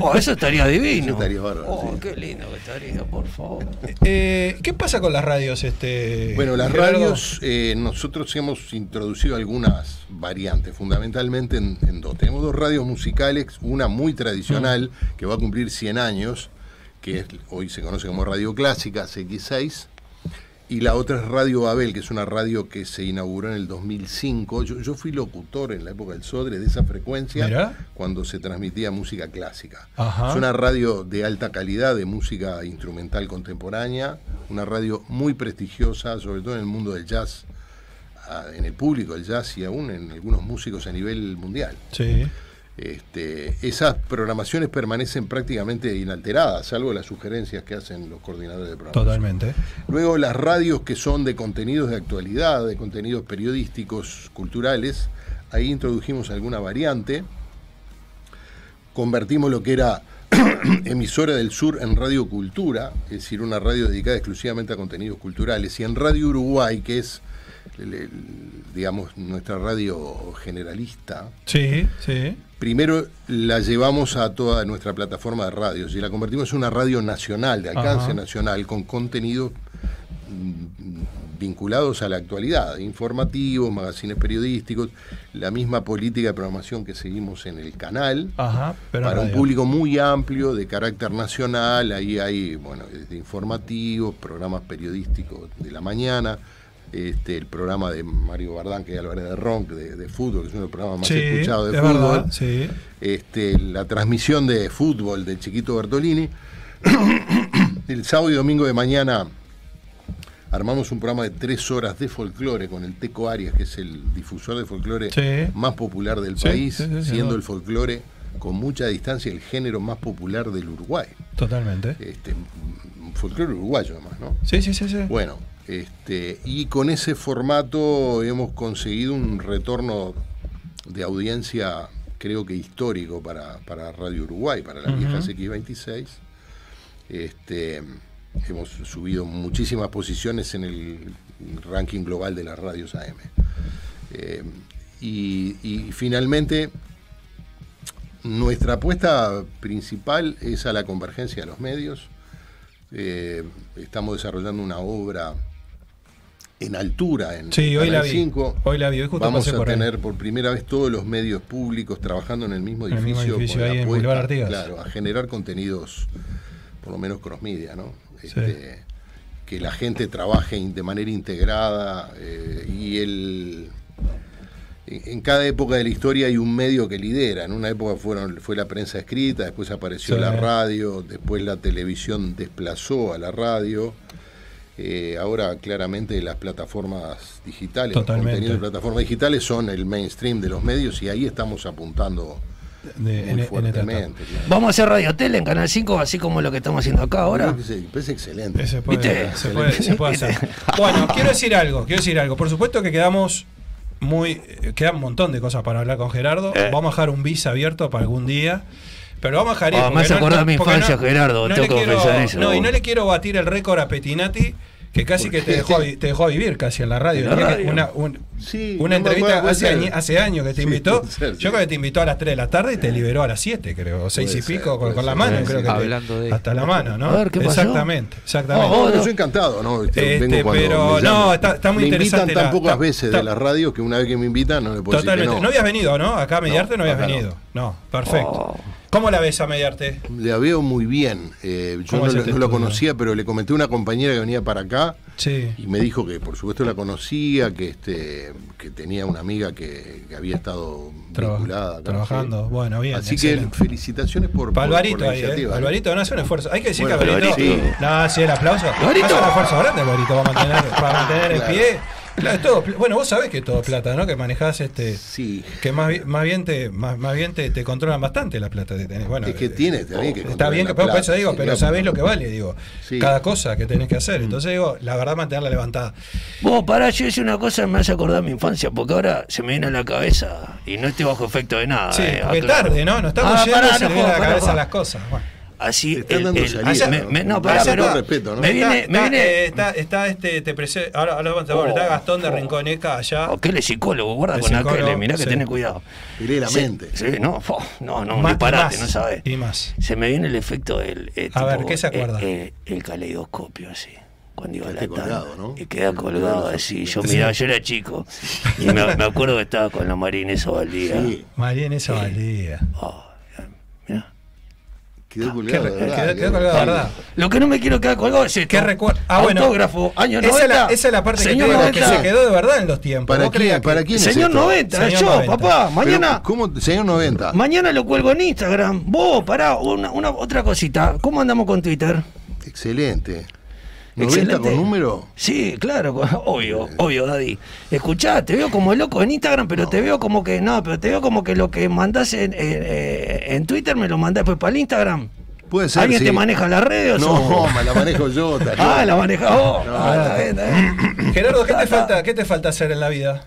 S5: Oh, eso estaría divino.
S4: Eso estaría bárbaro,
S5: Oh,
S4: sí.
S5: qué lindo que estaría, por favor.
S3: Eh, ¿Qué pasa con las radios? Este,
S4: Bueno, las
S3: Gerardo?
S4: radios, eh, nosotros hemos introducido algunas variantes, fundamentalmente en, en dos. Tenemos dos radios musicales, una muy tradicional, que va a cumplir 100 años, que es- hoy se conoce como Radio Clásica, CX6, y la otra es Radio Babel, que es una radio que se inauguró en el 2005. Yo, yo fui locutor en la época del Sodre de esa frecuencia,
S3: Mirá.
S4: cuando se transmitía música clásica.
S3: Ajá.
S4: Es una radio de alta calidad, de música instrumental contemporánea, una radio muy prestigiosa, sobre todo en el mundo del jazz, ah, en el público del jazz y aún en algunos músicos a nivel mundial.
S3: Sí.
S4: Este, esas programaciones permanecen prácticamente inalteradas, salvo las sugerencias que hacen los coordinadores de programas.
S3: Totalmente.
S4: Luego las radios que son de contenidos de actualidad, de contenidos periodísticos, culturales, ahí introdujimos alguna variante. Convertimos lo que era emisora del sur en Radio Cultura, es decir, una radio dedicada exclusivamente a contenidos culturales, y en Radio Uruguay, que es, el- el- digamos, nuestra radio generalista,
S3: Sí, sí.
S4: Primero la llevamos a toda nuestra plataforma de radios y la convertimos en una radio nacional, de alcance
S3: Ajá.
S4: nacional, con contenidos mm, vinculados a la actualidad, informativos, magazines periodísticos, la misma política de programación que seguimos en el canal,
S3: Ajá. Ah, Pero en
S4: para un
S3: radio.
S4: público muy amplio, de carácter nacional, ahí hay, bueno, desde informativos, programas periodísticos de la mañana, este, el programa de Mario Bardán, que es Álvarez de Ronc, de, de fútbol, que es uno de los programas más
S3: Sí,
S4: escuchados de
S3: es
S4: fútbol
S3: verdad, sí.
S4: este, la transmisión de fútbol de Chiquito Bertolini. el sábado y domingo de mañana armamos un programa de tres horas de folclore con el Teco Arias, que es el difusor de folclore
S3: Sí.
S4: más popular del
S3: Sí,
S4: país,
S3: sí, sí, sí,
S4: siendo
S3: no.
S4: el folclore con mucha distancia el género más popular del Uruguay.
S3: Totalmente.
S4: Este, un folclore uruguayo además, ¿no?
S3: Sí, sí, sí, sí.
S4: Bueno, este, y con ese formato hemos conseguido un retorno de audiencia, creo que histórico para, para Radio Uruguay, para la vieja CX26. Este, hemos subido muchísimas posiciones en el ranking global de las radios AM. Eh, y, y finalmente, nuestra apuesta principal es a la convergencia de los medios. Eh, estamos desarrollando una obra en altura en
S3: Sí, hoy la
S4: Canal
S3: vi.
S4: 5.
S3: Hoy la vi, hoy justo
S4: Vamos
S3: pasé
S4: a
S3: por ahí.
S4: tener por primera vez todos los medios públicos trabajando en el mismo
S3: En el
S4: edificio.
S3: mismo edificio,
S4: con la
S3: ahí en
S4: apuesta,
S3: Boulevard Artigas.
S4: Claro, a generar contenidos, por lo menos cross media, ¿no? Este, Que la gente trabaje in- de manera integrada eh, y el. En en cada época de la historia hay un medio que lidera. En una época fueron, fue la prensa escrita, después apareció
S3: Sí.
S4: la radio, después la televisión desplazó a la radio. Eh, ahora claramente las plataformas digitales,
S3: Totalmente.
S4: los contenidos de plataformas digitales son el mainstream de los medios y ahí estamos apuntando
S3: de- Eh, en- en
S4: muy
S3: el tratado.
S4: fuertemente. claro.
S5: Vamos a hacer Radio Tele en Canal 5, así como lo que estamos haciendo acá ahora.
S4: Creo que sí, me parece excelente.
S3: Eh, Se puede,
S5: ¿Viste?
S3: se puede- se puede hacer. Bueno, quiero decir algo, quiero decir algo. Por supuesto que quedamos muy. eh, Quedan un montón de cosas para hablar con Gerardo.
S5: Eh.
S3: Vamos a dejar un bis abierto para algún día. Pero vamos a dejar ir,
S5: Ah, me
S3: porque
S5: hace acordar mi
S3: porque
S5: infancia, Gerardo, tengo
S3: le
S5: que
S3: quiero-
S5: confesar eso.
S3: No, y no le quiero batir el récord a Petinati, que casi
S4: ¿Por
S3: que te
S4: qué?
S3: dejó, a vi- te dejó a vivir casi en la radio.
S5: En la
S3: El día que
S5: radio.
S3: Una, un-
S4: Sí,
S3: una
S4: no me
S3: entrevista
S4: acuerdo,
S3: hace,
S4: puede
S3: añi-
S4: ser.
S3: hace años que te
S4: Sí,
S3: invitó.
S4: puede ser, sí. Eh.
S3: Yo creo que te invitó a las 3 de la tarde y te liberó a las 7, creo, o 6 y
S4: Puede ser,
S3: pico, con,
S4: puede
S3: con la
S4: ser.
S3: mano.
S4: Sí,
S3: creo
S4: sí.
S3: que te-
S2: Hablando de-
S3: Hasta la mano, ¿no?
S5: A ver, ¿qué pasó?
S3: Exactamente, exactamente.
S5: Oh,
S4: No,
S5: no.
S4: yo encantado, ¿no? Este,
S3: Este,
S4: vengo cuando
S3: pero
S4: me llaman.
S3: no, está- está muy
S4: me
S3: interesante
S4: invitan tan
S3: la-
S4: pocas
S3: está-
S4: veces
S3: está-
S4: de las radios que una vez que me invitan no le puedo
S3: Totalmente.
S4: decir
S3: No.
S4: que no.
S3: habías venido, ¿no? Acá a Mediarte no,
S4: No,
S3: habías
S4: acá no.
S3: venido. No, perfecto.
S5: Oh.
S3: ¿Cómo la ves a Mediarte?
S4: La veo muy bien. Eh, yo
S3: ¿Cómo
S4: no,
S3: es
S4: lo-
S3: este
S4: no lo
S3: estudio?
S4: conocía, pero le comenté a una compañera que venía para acá
S3: Sí.
S4: y me dijo que por supuesto la conocía, que este que tenía una amiga que, que había estado
S3: Traba-
S4: vinculada. acá,
S3: trabajando.
S4: sí.
S3: Bueno, bien,
S4: Así
S3: excelente.
S4: que felicitaciones
S3: Para
S4: por, por- por
S3: Alvarito
S4: la
S3: ahí, ¿eh?
S4: iniciativa.
S3: Alvarito no hace un esfuerzo. Hay que decir
S4: Bueno,
S3: que Alvarito.
S5: Alvarito.
S3: No, sí, el aplauso.
S5: Alvarito.
S3: Hace un esfuerzo grande, Alvarito, va a mantener, para mantener el
S4: Claro.
S3: pie. Claro, es todo pl- bueno, vos sabés que es todo plata, ¿no? Que manejás este.
S4: Sí.
S3: Que más, bi- más bien, te, más, más bien te, te controlan bastante la plata que tenés. Bueno,
S4: Es que
S3: eh,
S4: tiene, está bien que
S3: Está
S4: controlan
S3: bien,
S4: la
S3: que, por
S4: plata,
S3: eso digo,
S4: sí,
S3: pero
S4: claro.
S3: sabés lo que vale, digo.
S4: Sí. Mm.
S3: Cada cosa que tenés que hacer. Entonces digo, la verdad, mantenerla levantada.
S5: Vos, pará, yo hice una cosa que me hace acordar mi infancia, porque ahora se me viene a la cabeza y no estoy bajo efecto de nada.
S3: Sí,
S5: eh,
S3: porque
S5: aclaro.
S3: tarde, ¿no? Nos estamos
S5: Ah,
S3: yendo
S5: pará,
S3: y se
S5: no
S3: le viene a la
S5: jodas, pará,
S3: cabeza
S5: pará.
S3: las cosas. Bueno.
S5: Así,
S4: Te están
S5: el-
S4: dando
S5: el-
S4: salida,
S5: me-
S4: ¿no?
S5: me- no,
S4: Estás
S5: pará,
S4: haciendo
S5: pero
S4: respeto, ¿no?
S5: Me viene,
S3: está,
S5: me
S3: está,
S5: viene.
S3: eh, está, está este, te prese- ahora, ahora vamos a
S5: Oh,
S3: está Gastón de
S5: oh.
S3: Rinconeca allá.
S5: O que él es psicólogo, guarda
S3: El
S5: con aquel,
S3: psicólogo,
S5: mirá que
S3: sí.
S5: tenés cuidado.
S4: Miré la
S5: Sí,
S4: mente.
S5: Sí, no, fo, no, no,
S3: Más-
S5: un disparate,
S3: más,
S5: no sabés.
S3: Y más.
S5: Se me viene el efecto del. eh,
S3: A ver,
S5: tipo,
S3: ¿qué se acuerda?
S5: eh, eh, el caleidoscopio, así. Cuando iba a la
S4: Quedaste
S5: tanda,
S4: colgado, ¿no?
S5: Y quedaba colgado así. Yo miraba, yo era chico. Y me, me acuerdo que estaba con la Marina eso valía.
S4: Sí,
S3: María en esa valía.
S5: Mirá.
S4: quedó colgado, de
S5: qué-
S4: verdad,
S3: Ah, Quedó, quedó colgado, ¿verdad?
S5: Lo que no me quiero quedar colgado es esto.
S3: ¿Qué recuerdo? Ah, bueno.
S5: Autógrafo, año 90.
S3: Esa es la, esa es la parte que, te
S5: señor
S3: digo, que
S5: 90.
S3: se quedó de verdad en los tiempos.
S4: ¿Para
S3: ¿Vos creías
S4: quién?
S3: que-
S4: ¿Para quién es
S5: Señor
S4: esto?
S5: 90,
S3: Señor
S5: yo,
S3: 90.
S5: papá.
S4: Pero,
S5: Mañana.
S4: ¿Cómo? Señor 90.
S5: Mañana lo cuelgo en Instagram. Vos, pará, una, una- otra cosita. ¿Cómo andamos con Twitter?
S4: Excelente. ¿90
S5: Excelente.
S4: con número?
S5: Sí, claro, con- obvio, obvio, Daddy. Escuchá, te veo como loco en Instagram, pero te veo como que. No, pero te veo como que lo que mandás en, en- eh, en Twitter me lo mandás después para el Instagram.
S4: Puede ser,
S5: ¿Alguien
S4: sí.
S5: te maneja las redes o
S4: No,
S5: sos-
S4: me la manejo yo. tal
S5: Ah,
S4: cual.
S5: la maneja vos.
S4: No,
S5: Ah, está bien, está bien.
S3: Gerardo, ¿qué te, falta, ¿qué te falta hacer en la vida?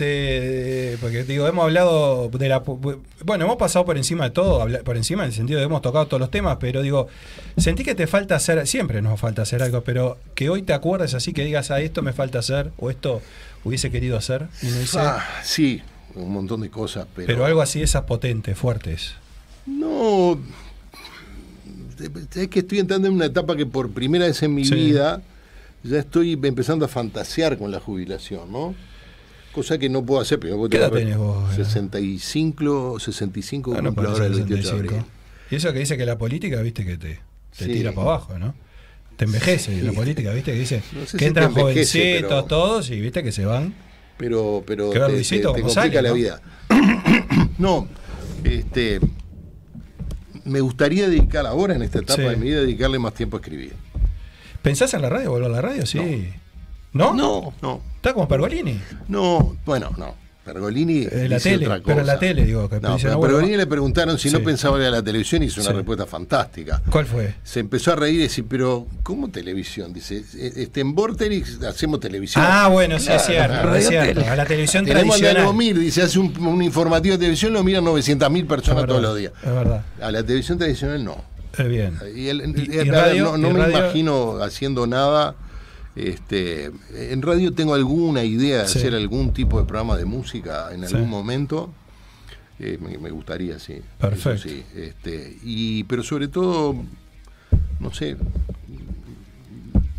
S3: Este, porque digo, hemos hablado de la. pu- Bueno, hemos pasado por encima de todo, habla- por encima en el sentido de que hemos tocado todos los temas, pero digo, sentí que te falta hacer, siempre nos falta hacer algo, pero que hoy te acuerdes así que digas, a esto me falta hacer, o esto hubiese querido hacer, y no hice.
S4: Ah, sí, un montón de cosas, pero.
S3: Pero algo así de esas potentes, fuertes.
S4: No. Es que estoy entrando en una etapa que por primera vez en mi
S3: Sí.
S4: vida ya estoy empezando a fantasear con la jubilación, ¿no? Cosa que no puedo hacer. Pero vos
S3: ¿Qué edad
S4: vas a-
S3: tenés vos, Gerardo?
S4: 65, 65
S3: Ah, no
S4: cumplo ahora el
S3: parece
S4: 28 de
S3: 65.
S4: abril.
S3: Y eso que dice que la política, viste, que te, te
S4: Sí.
S3: tira para abajo, ¿no? Te envejece la política, viste, que dice
S4: No sé
S3: que
S4: si
S3: entran
S4: te envejece,
S3: jovencitos
S4: pero-
S3: todos y viste que se van.
S4: pero pero
S3: Que
S4: te,
S3: va
S4: te-
S3: Luisito,
S4: te
S3: como
S4: complica
S3: sale,
S4: la
S3: ¿no?
S4: vida. no, este me gustaría dedicar ahora en esta etapa
S3: Sí.
S4: de mi vida dedicarle más tiempo a escribir.
S3: ¿Pensás en la radio? ¿Volver a la radio? Sí. ¿No?
S4: No, no,
S3: Está como Pergolini.
S4: no, bueno, no. Pergolini
S3: Eh, la
S4: dice
S3: tele,
S4: otra cosa.
S3: pero la tele, digo, que
S4: No,
S3: dice,
S4: pero
S3: no,
S4: a
S3: bueno,
S4: Pergolini le preguntaron si no
S3: Sí.
S4: pensaba ir a la televisión y hizo una
S3: Sí.
S4: respuesta fantástica.
S3: ¿Cuál fue?
S4: Se empezó a reír y decir, pero ¿cómo televisión? Dice, este, en Vorterix hacemos televisión.
S3: Ah, bueno, sí, es cierto,
S5: radio
S3: es cierto.
S5: tele.
S3: A la televisión
S4: Tenemos al de
S3: tradicional.
S4: Alomir, dice, hace un, un informativo de televisión, lo miran 900.000
S3: Es
S4: personas
S3: verdad,
S4: todos los días.
S3: Es verdad.
S4: A la televisión tradicional no.
S3: Es bien.
S4: Y el-
S3: ¿Y-
S4: el-
S3: y
S4: a ver,
S3: radio?
S4: no no
S3: ¿Y
S4: me
S3: radio?
S4: imagino haciendo nada. Este, en radio tengo alguna idea de
S3: Sí.
S4: hacer algún tipo de programa de música en
S3: Sí.
S4: algún momento. Eh, me, me gustaría, sí.
S3: Perfecto.
S4: Eso sí, este, y, pero sobre todo, no sé.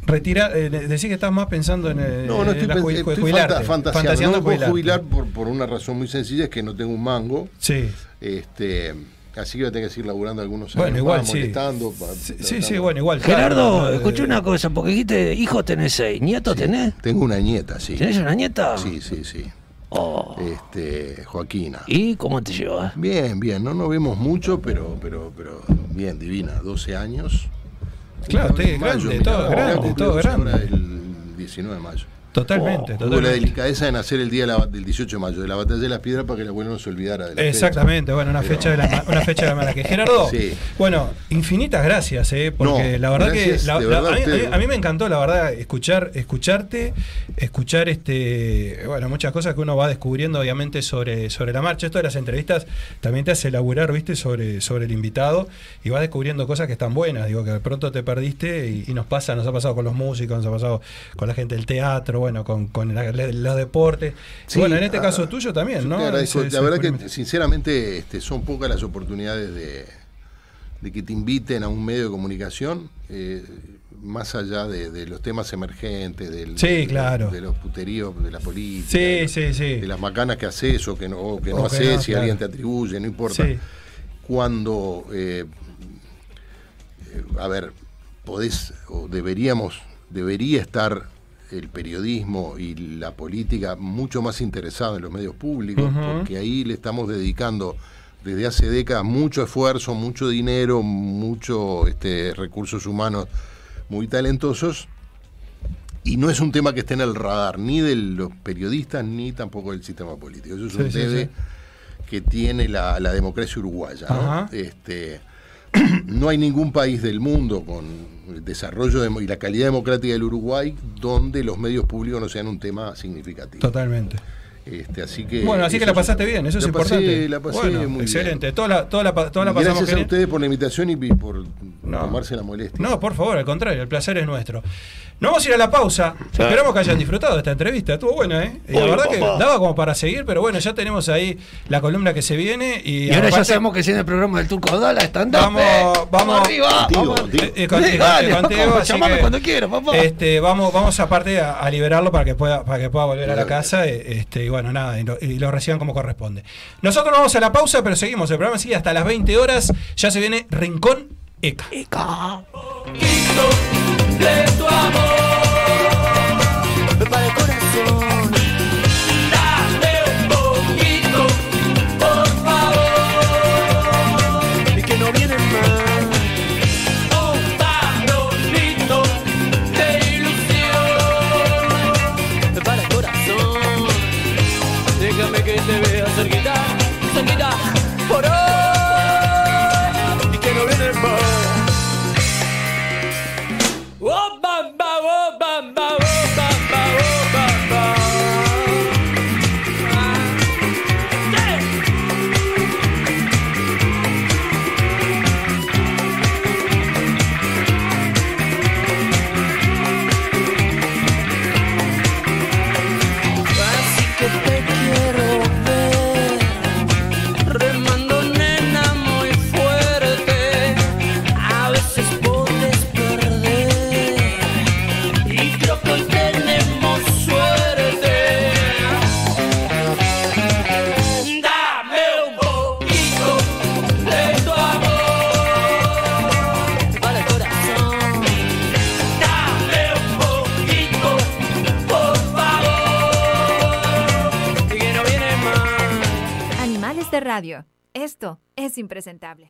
S3: Retira, eh, de- decís que estás más pensando en el.
S4: No, no estoy,
S3: en Eh, la
S4: pen-
S3: ju-
S4: estoy fanta-
S3: jubilarte.
S4: fantaseando.
S3: Fantaseando
S4: No me puedo
S3: jubilarte.
S4: jubilar por, por una razón muy sencilla, es que no tengo un mango.
S3: Sí.
S4: Este, así que voy a tener que seguir laburando algunos años
S3: Bueno, igual
S4: más,
S3: sí.
S4: molestando. pa-
S3: Sí, sí,
S4: tratando.
S3: sí, bueno, igual.
S5: Gerardo,
S3: claro,
S5: escuché
S3: eh,
S5: una cosa, porque dijiste, hijos tenés seis, nietos tenés.
S4: Tengo una nieta, sí.
S5: ¿Tenés una nieta?
S4: Sí, sí, sí.
S5: Oh.
S4: Este, Joaquina.
S5: ¿Y cómo te llevas?
S4: Bien, bien, no nos vemos mucho, pero, pero, pero bien, divina, 12 años.
S3: Claro,
S4: Ahora
S3: usted
S4: en
S3: es grande,
S4: mirá,
S3: todo
S4: ahora
S3: grande,
S4: cumplió
S3: todo
S4: 12
S3: grande.
S4: ahora el 19 de mayo.
S3: Totalmente,
S4: Tuvo la
S3: totalmente.
S4: delicadeza de nacer el día de la- del 18 de mayo, de la batalla de las piedras, para que el abuelo no se olvidara de la
S3: Exactamente, bueno, una
S4: Pero-
S3: fecha de la, ma- una fecha de la mala que Gerardo,
S4: Sí.
S3: bueno, infinitas gracias, eh, porque
S4: No,
S3: la verdad
S4: gracias,
S3: que la-
S4: de
S3: la-
S4: verdad,
S3: a, mí,
S4: ustedes.
S3: a mí- a mí me encantó la verdad escuchar escucharte, escuchar este, bueno, muchas cosas que uno va descubriendo obviamente sobre sobre la marcha, esto de las entrevistas también te hace elaborar, ¿viste? sobre sobre el invitado y vas descubriendo cosas que están buenas, digo que de pronto te perdiste y, y nos pasa, nos ha pasado con los músicos, nos ha pasado con la gente del teatro, bueno, con, con la- la- los deportes. Y
S4: Sí,
S3: bueno, en este
S4: ah,
S3: caso tuyo también,
S4: Yo
S3: ¿no?
S4: te agradezco.
S3: Ese-
S4: la
S3: ese
S4: verdad que
S3: descubrimiento.
S4: sinceramente este, son pocas las oportunidades de, de que te inviten a un medio de comunicación, eh, más allá de, de los temas emergentes, del-
S3: Sí,
S4: de,
S3: claro.
S4: de los puteríos, de la política,
S3: Sí,
S4: de,
S3: sí, sí.
S4: de las macanas que haces o que no, o que
S3: O
S4: no
S3: que
S4: haces,
S3: no,
S4: si
S3: claro.
S4: alguien te atribuye, no importa.
S3: Sí.
S4: Cuando, eh, eh, a ver, podés o deberíamos, debería estar el periodismo y la política mucho más interesado en los medios públicos,
S3: Ujú.
S4: porque ahí le estamos dedicando desde hace décadas mucho esfuerzo, mucho dinero, muchos este, recursos humanos muy talentosos, y no es un tema que esté en el radar ni de los periodistas ni tampoco del sistema político. Eso es
S3: Sí,
S4: un
S3: sí,
S4: debe
S3: sí.
S4: que tiene la, la democracia uruguaya. ¿no?
S3: Ajá.
S4: Este, no hay ningún país del mundo con el desarrollo demo- y la calidad democrática del Uruguay donde los medios públicos no sean un tema significativo.
S3: Totalmente.
S4: Este, así que
S3: bueno, así que
S4: eso
S3: la
S4: es-
S3: pasaste bien, eso es
S4: la pasé-
S3: importante.
S4: La pasé
S3: Bueno,
S4: muy
S3: excelente.
S4: bien.
S3: Toda la, toda la, pa- toda la pasamos
S4: Gracias a
S3: genial.
S4: ustedes por la invitación y y por
S3: No.
S4: tomarse la molestia.
S3: No, por favor, al contrario, el placer es nuestro. Nos vamos a ir a la pausa.
S5: Sí.
S3: Esperamos que hayan disfrutado de esta entrevista. Estuvo buena, ¿eh? Y la
S5: Uy,
S3: verdad que
S5: papá.
S3: daba como para seguir, pero bueno, ya tenemos ahí la columna que se viene. Y,
S5: Y ahora ya
S3: aparte-
S5: sabemos que si en el programa del Turco Dala están eh,
S3: Vamos, vamos.
S5: arriba.
S4: Contigo,
S5: vamos
S4: contigo.
S3: Eh, eh, contigo,
S5: Eh, dale,
S3: eh, contigo,
S5: papá,
S3: así
S5: llamame
S3: que,
S5: cuando quieras, papá.
S3: Este, vamos, vamos aparte a, a liberarlo para que pueda, para que pueda volver a la
S4: Claro.
S3: casa. eh, Este, y bueno, nada, y lo, y lo reciban como corresponde. Nosotros vamos a la pausa, pero seguimos. El programa sigue hasta las 20 horas. Ya se viene Rincón ECA.
S6: para el corazón. Dame un poquito, por favor. Y que no viene más. Un palomito de ilusión. Para el corazón. Déjame que te vea cerquita, cerquita, por hoy. Y que no viene más. Oh, bamba, oh, bamba, oh, bamba, oh, bamba. Yeah. Así que te quiero ver remando nena muy fuerte. A veces puedes perder y creo que hoy tenemos suerte. Dame un poquito de tu amor para el corazón. Dame un poquito, por favor. Y que no viene más.
S7: Animales de radio. Esto es impresentable.